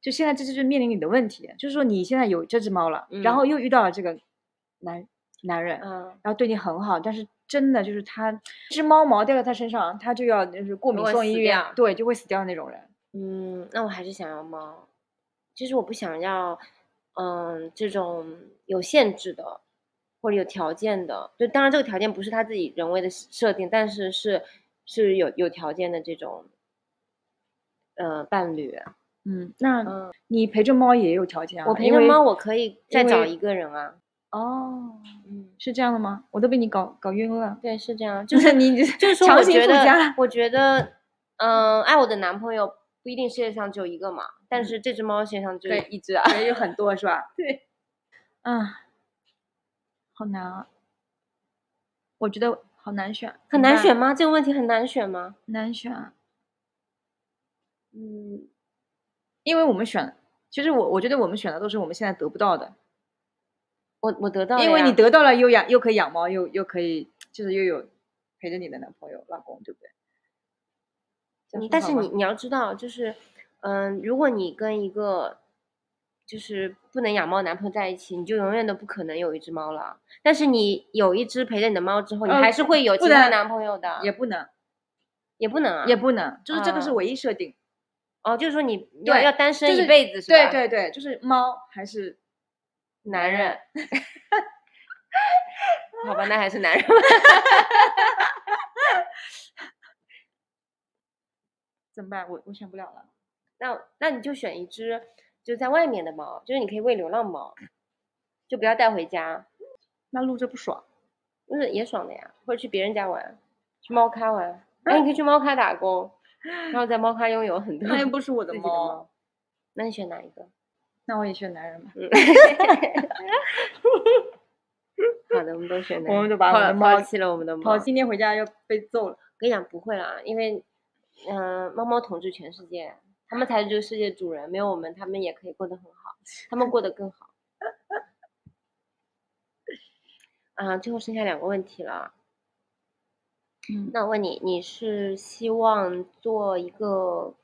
[SPEAKER 2] 就现在这就是面临你的问题，就是说你现在有这只猫了，然
[SPEAKER 1] 嗯
[SPEAKER 2] 后又遇到了这个男男人，
[SPEAKER 1] 啊，
[SPEAKER 2] 然后对你很好，但是真的就是他这只猫毛掉在他身上，他就要就是过敏
[SPEAKER 1] 会
[SPEAKER 2] 送
[SPEAKER 1] 死
[SPEAKER 2] 医院
[SPEAKER 1] 掉，
[SPEAKER 2] 对，就会死掉的那种人。
[SPEAKER 1] 嗯，那我还是想要猫，就是我不想要，嗯，这种有限制的或者有条件的。就当然这个条件不是他自己人为的设定，但是是是有有条件的这种，呃，伴侣。
[SPEAKER 2] 嗯，那
[SPEAKER 1] 嗯，
[SPEAKER 2] 你陪着猫也有条件啊？
[SPEAKER 1] 我陪
[SPEAKER 2] 因
[SPEAKER 1] 着
[SPEAKER 2] 为
[SPEAKER 1] 猫，我可以再
[SPEAKER 2] 因
[SPEAKER 1] 找
[SPEAKER 2] 为
[SPEAKER 1] 一个人啊。
[SPEAKER 2] 哦，
[SPEAKER 1] 嗯，
[SPEAKER 2] 是这样的吗？我都被你搞搞晕了，
[SPEAKER 1] 对，是这 样，就
[SPEAKER 2] 就是是你
[SPEAKER 1] 就是说，我
[SPEAKER 2] 强行
[SPEAKER 1] 觉
[SPEAKER 2] 附
[SPEAKER 1] 得
[SPEAKER 2] 加，，
[SPEAKER 1] 我觉得，嗯、爱我的男朋友不一定世界上只有一个嘛，但
[SPEAKER 2] 嗯
[SPEAKER 1] 是这只猫世界上只有
[SPEAKER 2] 对
[SPEAKER 1] 一只啊。
[SPEAKER 2] 也有很多 是吧？对，嗯，好难啊，我觉得好难选，
[SPEAKER 1] 很难
[SPEAKER 2] 那
[SPEAKER 1] 选吗？这个问题很难选吗？
[SPEAKER 2] 难选啊。
[SPEAKER 1] 嗯，
[SPEAKER 2] 因为我们选，其实我我觉得我们选的都是我们现在得不到的，
[SPEAKER 1] 我我得到了
[SPEAKER 2] 因为
[SPEAKER 1] 呀
[SPEAKER 2] 你得到了又养又可以养猫，又又可以就是又有陪着你的男朋友老公，对不对？这
[SPEAKER 1] 嗯
[SPEAKER 2] 样说
[SPEAKER 1] 但
[SPEAKER 2] 好
[SPEAKER 1] 是
[SPEAKER 2] 吗
[SPEAKER 1] 你你要知道，就是，嗯、如果你跟一个就是不能养猫的男朋友在一起，你就永远都不可能有一只猫了。但是你有一只陪着你的猫之后，你
[SPEAKER 2] 呃
[SPEAKER 1] 还是会有
[SPEAKER 2] 不
[SPEAKER 1] 其他
[SPEAKER 2] 能
[SPEAKER 1] 男朋友的，
[SPEAKER 2] 也不能
[SPEAKER 1] 也不能啊，
[SPEAKER 2] 也不能，就是这个是
[SPEAKER 1] 啊
[SPEAKER 2] 唯一设定。
[SPEAKER 1] 哦，就是说你要
[SPEAKER 2] 对
[SPEAKER 1] 要单身
[SPEAKER 2] 就
[SPEAKER 1] 一
[SPEAKER 2] 是
[SPEAKER 1] 辈子是吧？
[SPEAKER 2] 对对对，就是猫还是
[SPEAKER 1] 男人。 好吧，那还是男人吧。
[SPEAKER 2] 怎么办？我我选不了了。
[SPEAKER 1] 那那你就选一只就在外面的猫，就是你可以喂流浪猫，就不要带回家，
[SPEAKER 2] 那录着不爽，
[SPEAKER 1] 就是也爽的呀。或者去别人家玩，去猫咖玩，哎，你可以去猫咖打工，然后在猫咖拥有很多
[SPEAKER 2] 那又不是我
[SPEAKER 1] 自
[SPEAKER 2] 的
[SPEAKER 1] 己的
[SPEAKER 2] 猫
[SPEAKER 1] 猫，。那你选哪一个？
[SPEAKER 2] 那我也选男人吧。
[SPEAKER 1] 嗯，好的，我们都选男人。
[SPEAKER 2] 我们都把我
[SPEAKER 1] 抛
[SPEAKER 2] 们的
[SPEAKER 1] 抛
[SPEAKER 2] 猫
[SPEAKER 1] 弃了我们的猫
[SPEAKER 2] 好，。今天回家要被揍了。
[SPEAKER 1] 跟你讲不会啦，因为，嗯、猫猫统治全世界，它们才是这个世界主人，没有我们，它们也可以过得很好，它们过得更好。啊，最后剩下两个问题了。
[SPEAKER 2] 嗯
[SPEAKER 1] 那我问你，你是希望做一个，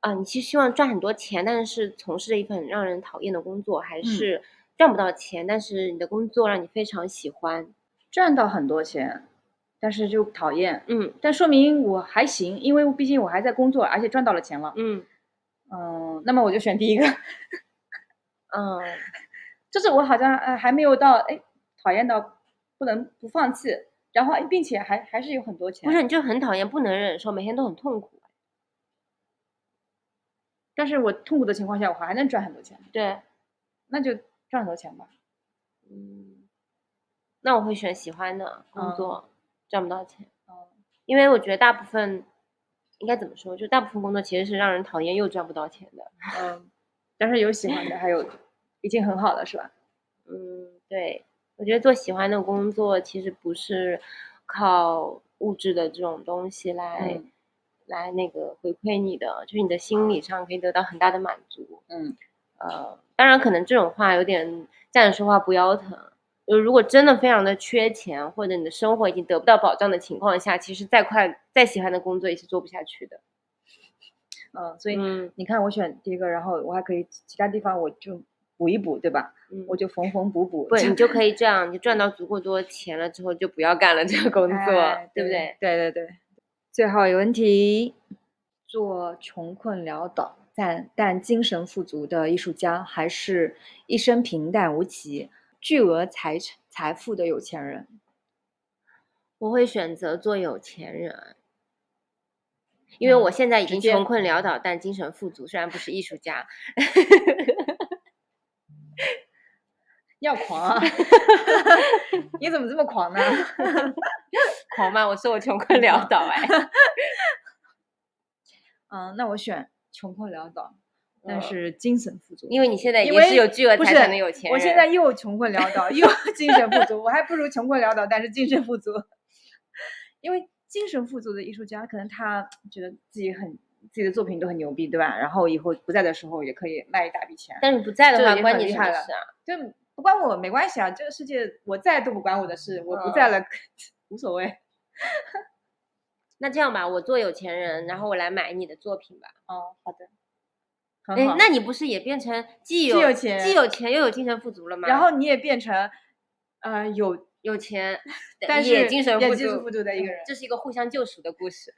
[SPEAKER 1] 啊，你是希望赚很多钱，但是从事着一份让人讨厌的工作，还是赚不到钱，但是你的工作让你非常喜欢？
[SPEAKER 2] 赚到很多钱，但是就讨厌，
[SPEAKER 1] 嗯
[SPEAKER 2] 但说明我还行，因为毕竟我还在工作，而且赚到了钱了。
[SPEAKER 1] 嗯
[SPEAKER 2] 嗯，那么我就选第一个，
[SPEAKER 1] 嗯
[SPEAKER 2] 就是我好像呃还没有到哎讨厌到不能不放弃，然后并且还还是有很多钱。
[SPEAKER 1] 不是，你就很讨厌，不能忍受，每天都很痛苦。
[SPEAKER 2] 但是我痛苦的情况下，我还能赚很多钱，
[SPEAKER 1] 对，
[SPEAKER 2] 那就赚很多钱吧。
[SPEAKER 1] 嗯，那我会选喜欢的工
[SPEAKER 2] 嗯
[SPEAKER 1] 作，赚不到钱，
[SPEAKER 2] 嗯，
[SPEAKER 1] 因为我觉得大部分应该怎么说，就大部分工作其实是让人讨厌又赚不到钱的。
[SPEAKER 2] 嗯， 但是有喜欢的，还有已经很好了，是吧？
[SPEAKER 1] 嗯，对，我觉得做喜欢的工作其实不是靠物质的这种东西来、
[SPEAKER 2] 嗯
[SPEAKER 1] 来那个回馈你的，就是你的心理上可以得到很大的满足。
[SPEAKER 2] 嗯
[SPEAKER 1] 呃，当然可能这种话有点站着说话不腰疼。就如果真的非常的缺钱，或者你的生活已经得不到保障的情况下，其实再快再喜欢的工作也是做不下去的。
[SPEAKER 2] 嗯，所以
[SPEAKER 1] 嗯，
[SPEAKER 2] 你看，我选第一个，然后我还可以其他地方我就补一补，对吧？我
[SPEAKER 1] 我
[SPEAKER 2] 就缝缝补补，
[SPEAKER 1] 嗯不，你 就可以这样，你赚到足够多钱了之后，就不要干了这个工作，
[SPEAKER 2] 哎
[SPEAKER 1] 对不对？？
[SPEAKER 2] 对对对，
[SPEAKER 4] 最后一个问题：做穷困潦倒但但精神富足的艺术家，还是一生平淡无奇、巨额财产财富的有钱人？
[SPEAKER 1] 我会选择做有钱人，因为我
[SPEAKER 4] 嗯
[SPEAKER 1] 现在已
[SPEAKER 4] 直
[SPEAKER 1] 经
[SPEAKER 4] 接
[SPEAKER 1] 穷困潦倒，但精神富足，虽然不是艺术 家，
[SPEAKER 2] 要狂 啊！你怎么这么狂呢？
[SPEAKER 1] 狂吧，我说我 穷困潦倒哎，
[SPEAKER 2] 嗯，那我选穷困潦倒，但
[SPEAKER 1] 嗯
[SPEAKER 2] 是精神富足。
[SPEAKER 1] 因为你现在已
[SPEAKER 2] 因
[SPEAKER 1] 经是
[SPEAKER 2] 为
[SPEAKER 1] 有巨额
[SPEAKER 2] 不
[SPEAKER 1] 财
[SPEAKER 2] 是
[SPEAKER 1] 产的有钱人，
[SPEAKER 2] 我现在又穷困潦倒，又 精神不足，我还不如穷困潦倒，但是精神富足。 因为精神富足的艺术家，可能他觉得自己很自己的作品都很牛逼，对吧？然后以后不在的时候也可以卖一大笔钱，
[SPEAKER 1] 但是不在
[SPEAKER 2] 这
[SPEAKER 1] 的
[SPEAKER 2] 个
[SPEAKER 1] 话，
[SPEAKER 2] 也
[SPEAKER 1] 关
[SPEAKER 2] 很
[SPEAKER 1] 你
[SPEAKER 2] 厉
[SPEAKER 1] 什么
[SPEAKER 2] 害了
[SPEAKER 1] 事啊？
[SPEAKER 2] 就不关我没关系啊。这个世界我在都不关我的事，我不
[SPEAKER 1] 嗯
[SPEAKER 2] 在了、 无所谓。
[SPEAKER 1] 那这样吧，我做有钱人，然后我来买你的作品吧。
[SPEAKER 2] 哦，好的，很
[SPEAKER 1] 哎
[SPEAKER 2] 好，。
[SPEAKER 1] 那你不是也变成既有
[SPEAKER 2] 嗯有钱
[SPEAKER 1] 既有钱又有精神富足了吗？
[SPEAKER 2] 然后你也变成，呃，有
[SPEAKER 1] 有钱，
[SPEAKER 2] 但
[SPEAKER 1] 也
[SPEAKER 2] 是
[SPEAKER 1] 精神
[SPEAKER 2] 也
[SPEAKER 1] 富
[SPEAKER 2] 精神
[SPEAKER 1] 足
[SPEAKER 2] 富足嗯的一个人
[SPEAKER 1] 这是一个互相救赎的故事。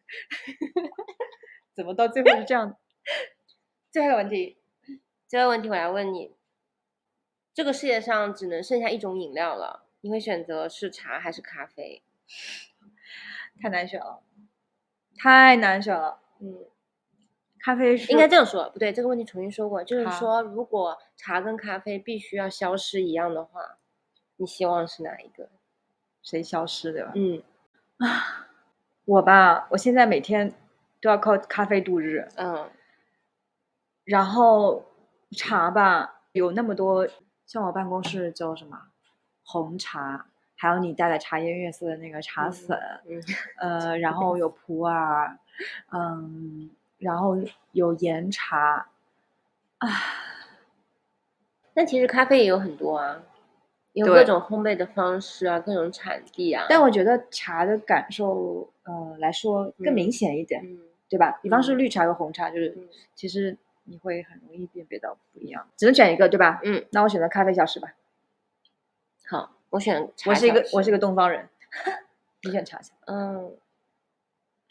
[SPEAKER 2] 怎么到最后是这 样？最后一个问题，
[SPEAKER 1] 这个问题我来问你：这个世界上只能剩下一种饮料了，你会选择是茶还是咖啡？
[SPEAKER 2] 太难选了，太难选了。
[SPEAKER 1] 嗯，
[SPEAKER 2] 咖啡是
[SPEAKER 1] 应该这样说，不对，这个问题重新说过，就是
[SPEAKER 2] 好
[SPEAKER 1] 说，如果茶跟咖啡必须要消失一样的话，你希望是哪一个？
[SPEAKER 2] 谁消失对吧？
[SPEAKER 1] 嗯
[SPEAKER 2] 我吧，我现在每天都要靠咖啡度日，
[SPEAKER 1] 嗯，
[SPEAKER 2] 然后茶吧有那么多，像我办公室叫什么红茶，还有你带的茶颜悦色的那个茶
[SPEAKER 1] 嗯
[SPEAKER 2] 粉，
[SPEAKER 1] 嗯
[SPEAKER 2] 呃，然后有普洱，嗯，然后有岩茶，
[SPEAKER 1] 但其实咖啡也有很多啊，有各
[SPEAKER 2] 对
[SPEAKER 1] 种烘焙的方式啊，各种产地啊。
[SPEAKER 2] 但我觉得茶的感受，呃，来说更明
[SPEAKER 1] 嗯
[SPEAKER 2] 显一点，
[SPEAKER 1] 嗯，
[SPEAKER 2] 对吧？比方说
[SPEAKER 1] 嗯
[SPEAKER 2] 绿茶和红茶，就是、
[SPEAKER 1] 嗯
[SPEAKER 2] 其实你会很容易辨别到不一样，只能选一个，对吧？
[SPEAKER 1] 嗯，
[SPEAKER 2] 那我选择咖啡小时吧。
[SPEAKER 1] 好，我选茶
[SPEAKER 2] 我是一
[SPEAKER 1] 小
[SPEAKER 2] 个我
[SPEAKER 1] 吃
[SPEAKER 2] 是一个东方人， 你选茶小时。
[SPEAKER 1] 嗯，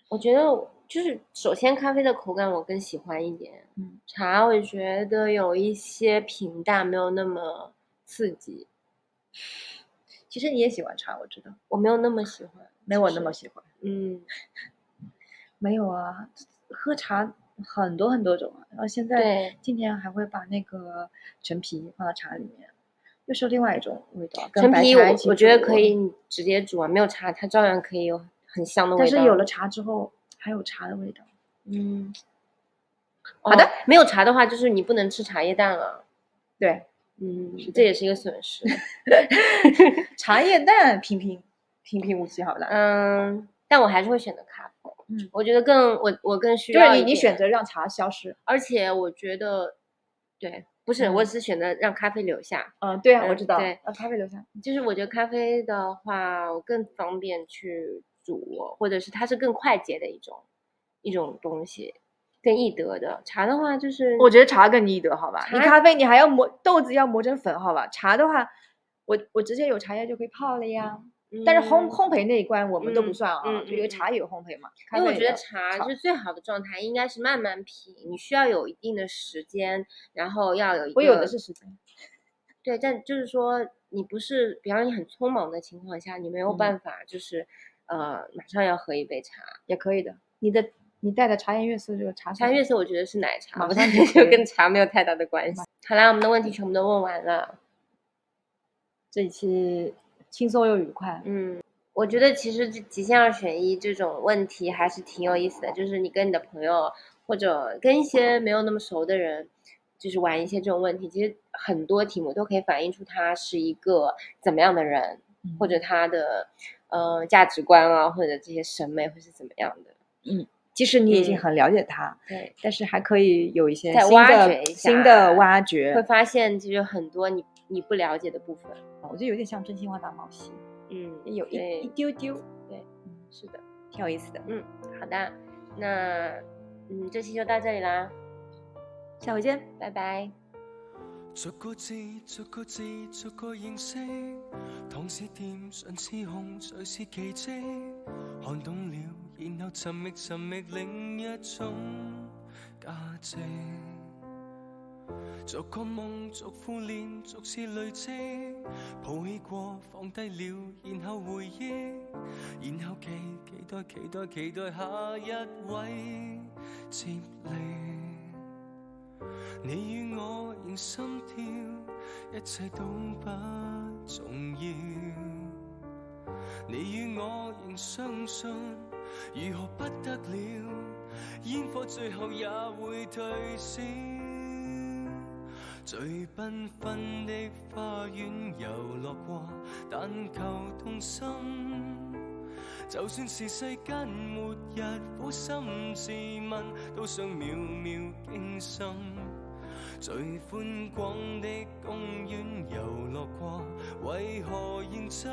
[SPEAKER 1] 我觉得我就是首先咖啡的口感我更喜欢一点，
[SPEAKER 2] 嗯，
[SPEAKER 1] 茶我觉得有一些平淡，没有那么刺激，
[SPEAKER 2] 其实你也喜欢茶，我知道，
[SPEAKER 1] 我没有那么喜欢，
[SPEAKER 2] 没
[SPEAKER 1] 其
[SPEAKER 2] 我那
[SPEAKER 1] 实
[SPEAKER 2] 么喜欢。
[SPEAKER 1] 嗯，
[SPEAKER 2] 没有啊，喝茶很多很多种啊，然后现在
[SPEAKER 1] 对。
[SPEAKER 2] 今年还会把那个陈皮放到茶里面，又是另外一种味道。跟
[SPEAKER 1] 陈
[SPEAKER 2] 白
[SPEAKER 1] 皮
[SPEAKER 2] 茶
[SPEAKER 1] 我
[SPEAKER 2] 一起
[SPEAKER 1] 我觉得
[SPEAKER 2] 煮
[SPEAKER 1] 可以，你直接煮啊，没有茶它照样可以有很香的味
[SPEAKER 2] 但
[SPEAKER 1] 道。
[SPEAKER 2] 是有了茶之后还有茶的味道。
[SPEAKER 1] 嗯，
[SPEAKER 2] 好的
[SPEAKER 1] 哦，没有茶的话，就是你不能吃茶叶蛋了。
[SPEAKER 2] 对，
[SPEAKER 1] 嗯
[SPEAKER 2] 是，
[SPEAKER 1] 这也是一个损 失。
[SPEAKER 2] 茶叶蛋平平平平无奇，好了。
[SPEAKER 1] 嗯，但我还是会选择咖啡。
[SPEAKER 2] 嗯
[SPEAKER 1] 我觉得更我我更需
[SPEAKER 2] 就
[SPEAKER 1] 要
[SPEAKER 2] 是你
[SPEAKER 1] 一
[SPEAKER 2] 你选
[SPEAKER 1] 点，
[SPEAKER 2] 择让茶消失。
[SPEAKER 1] 而且我觉得，对，不是，我只选择让咖啡留下。
[SPEAKER 2] 嗯，对啊，我
[SPEAKER 1] 嗯
[SPEAKER 2] 知道。
[SPEAKER 1] 对
[SPEAKER 2] 啊，咖啡留下。
[SPEAKER 1] 就是我觉得咖啡的话，我更方便去煮，或者是它是更快捷的一种一种东西，更易得的。茶的话，就是
[SPEAKER 2] 我觉得茶更易得，好吧？你
[SPEAKER 1] 茶
[SPEAKER 2] 咖啡你还要磨豆子要磨成粉，好吧？茶的话，我我直接有茶叶就可以泡了呀。但是烘
[SPEAKER 1] 嗯
[SPEAKER 2] 烘焙那一关我们都不
[SPEAKER 1] 嗯
[SPEAKER 2] 算啊，
[SPEAKER 1] 嗯
[SPEAKER 2] 就有
[SPEAKER 1] 嗯
[SPEAKER 2] 茶也有烘焙嘛。咖
[SPEAKER 1] 因为我
[SPEAKER 2] 啡
[SPEAKER 1] 觉得
[SPEAKER 2] 也有
[SPEAKER 1] 茶
[SPEAKER 2] 炒
[SPEAKER 1] 就是最好的状态应该是慢慢品，你需要有一定的时间，然后要有一个
[SPEAKER 2] 我有的是时间，
[SPEAKER 1] 对，但就是说，你不是，比方说你很匆忙的情况下，你没有
[SPEAKER 4] 嗯
[SPEAKER 1] 办法，就是、呃，马上要喝一杯茶。
[SPEAKER 4] 也可以的。你的你带的茶颜悦色这个茶
[SPEAKER 1] 茶
[SPEAKER 4] 水
[SPEAKER 1] 颜悦色我觉得是奶茶，
[SPEAKER 4] 马
[SPEAKER 1] 我
[SPEAKER 4] 上
[SPEAKER 1] 感
[SPEAKER 4] 就
[SPEAKER 1] 觉
[SPEAKER 4] 可以
[SPEAKER 1] 跟茶没有太大的关系。好啦，我们的问题全部都问完了。
[SPEAKER 4] 这一期轻松又愉快，
[SPEAKER 1] 嗯，我觉得其实这极限二选一这种问题还是挺有意思的，就是你跟你的朋友或者跟一些没有那么熟的人，就是玩一些这种问题，其实很多题目都可以反映出他是一个怎么样的人，嗯或者他的呃价值观啊，或者这些审美会是怎么样的。
[SPEAKER 4] 即使你已经
[SPEAKER 1] 嗯
[SPEAKER 4] 很了解他，
[SPEAKER 1] 对，
[SPEAKER 4] 但是还可以有一些
[SPEAKER 1] 再
[SPEAKER 4] 新
[SPEAKER 1] 挖
[SPEAKER 4] 的
[SPEAKER 1] 掘一
[SPEAKER 4] 新的
[SPEAKER 1] 下
[SPEAKER 4] 挖掘
[SPEAKER 1] 会，发现就有很多你你不了解的部分。
[SPEAKER 4] 我觉得有点像真心话大冒险，
[SPEAKER 1] 嗯，
[SPEAKER 4] 有一
[SPEAKER 1] 对
[SPEAKER 4] 一丢丢，
[SPEAKER 1] 是的，
[SPEAKER 4] 挺有意思的。
[SPEAKER 1] 嗯，好的，那嗯这期就到这里啦，
[SPEAKER 4] 下回见。
[SPEAKER 1] 拜拜。
[SPEAKER 5] 逐個字，逐個字，逐個認識。糖是甜，唇是紅，誰是奇蹟？看懂了，然後尋覓，尋覓另一種價值。逐個夢，逐副臉，逐次累積。抱起過，放低了，然後回憶，然後期，期待，期待，期待下一位接力。你與我仍心跳，一切都不重要。你與我仍相信，如何不得了，煙火最後也會退燒。最繽紛的花園遊樂過，但求動心。就算是世間末日，苦心自問，都想秒秒驚心。最寬廣的公園遊樂過，為何認真？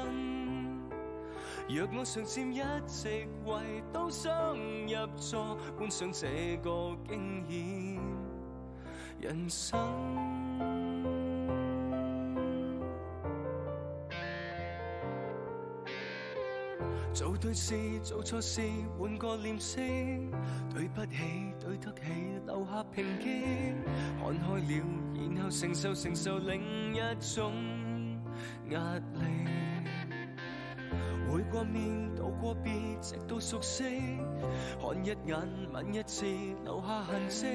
[SPEAKER 5] 若我常佔一席位，都想入座，觀賞這個驚險人生。做對事，做錯事，換個臉色。對不起，對得起，留下平擊。看開了，然後承受承受另一種壓力。回過面，道過別，直到熟悉。看一眼，吻一次，留下痕跡。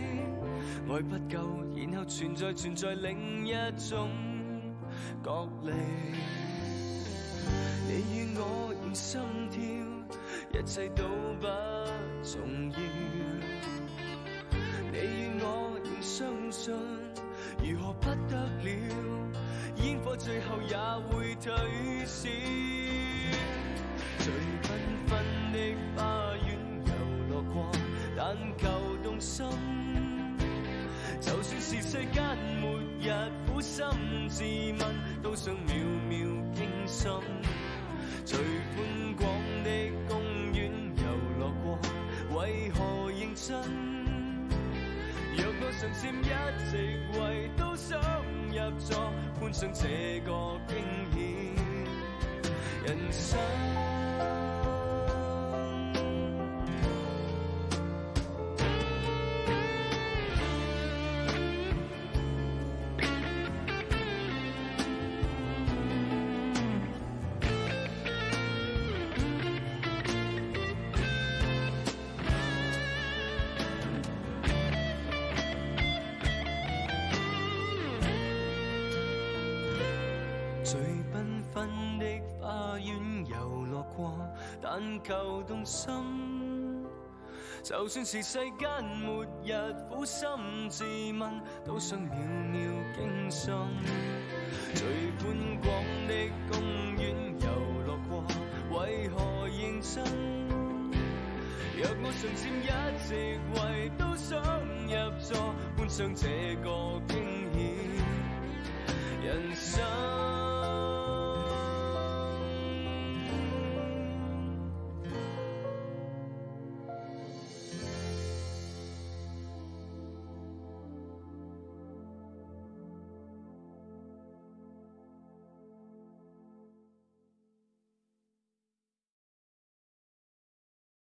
[SPEAKER 5] 愛不夠，然後存在存在另一種角力。你與我仍心跳，一切都不重要。你與我仍相信，如何不得了，煙火最後也會退燒。最繽紛的花園遊樂過，但求動心。就算是世間末日，苦心自問，都想秒秒驚心。最寬廣的公園遊樂過，為何認真？若我常佔一席位，都想入座，觀賞這個驚險人生。最繽紛的花園遊樂過，但求動心。就算是世間末日，苦心自問，都想秒秒驚心。最寬廣的公園遊樂過，為何認真？若我常佔一席位，都想入座，觀賞這個驚險。人生。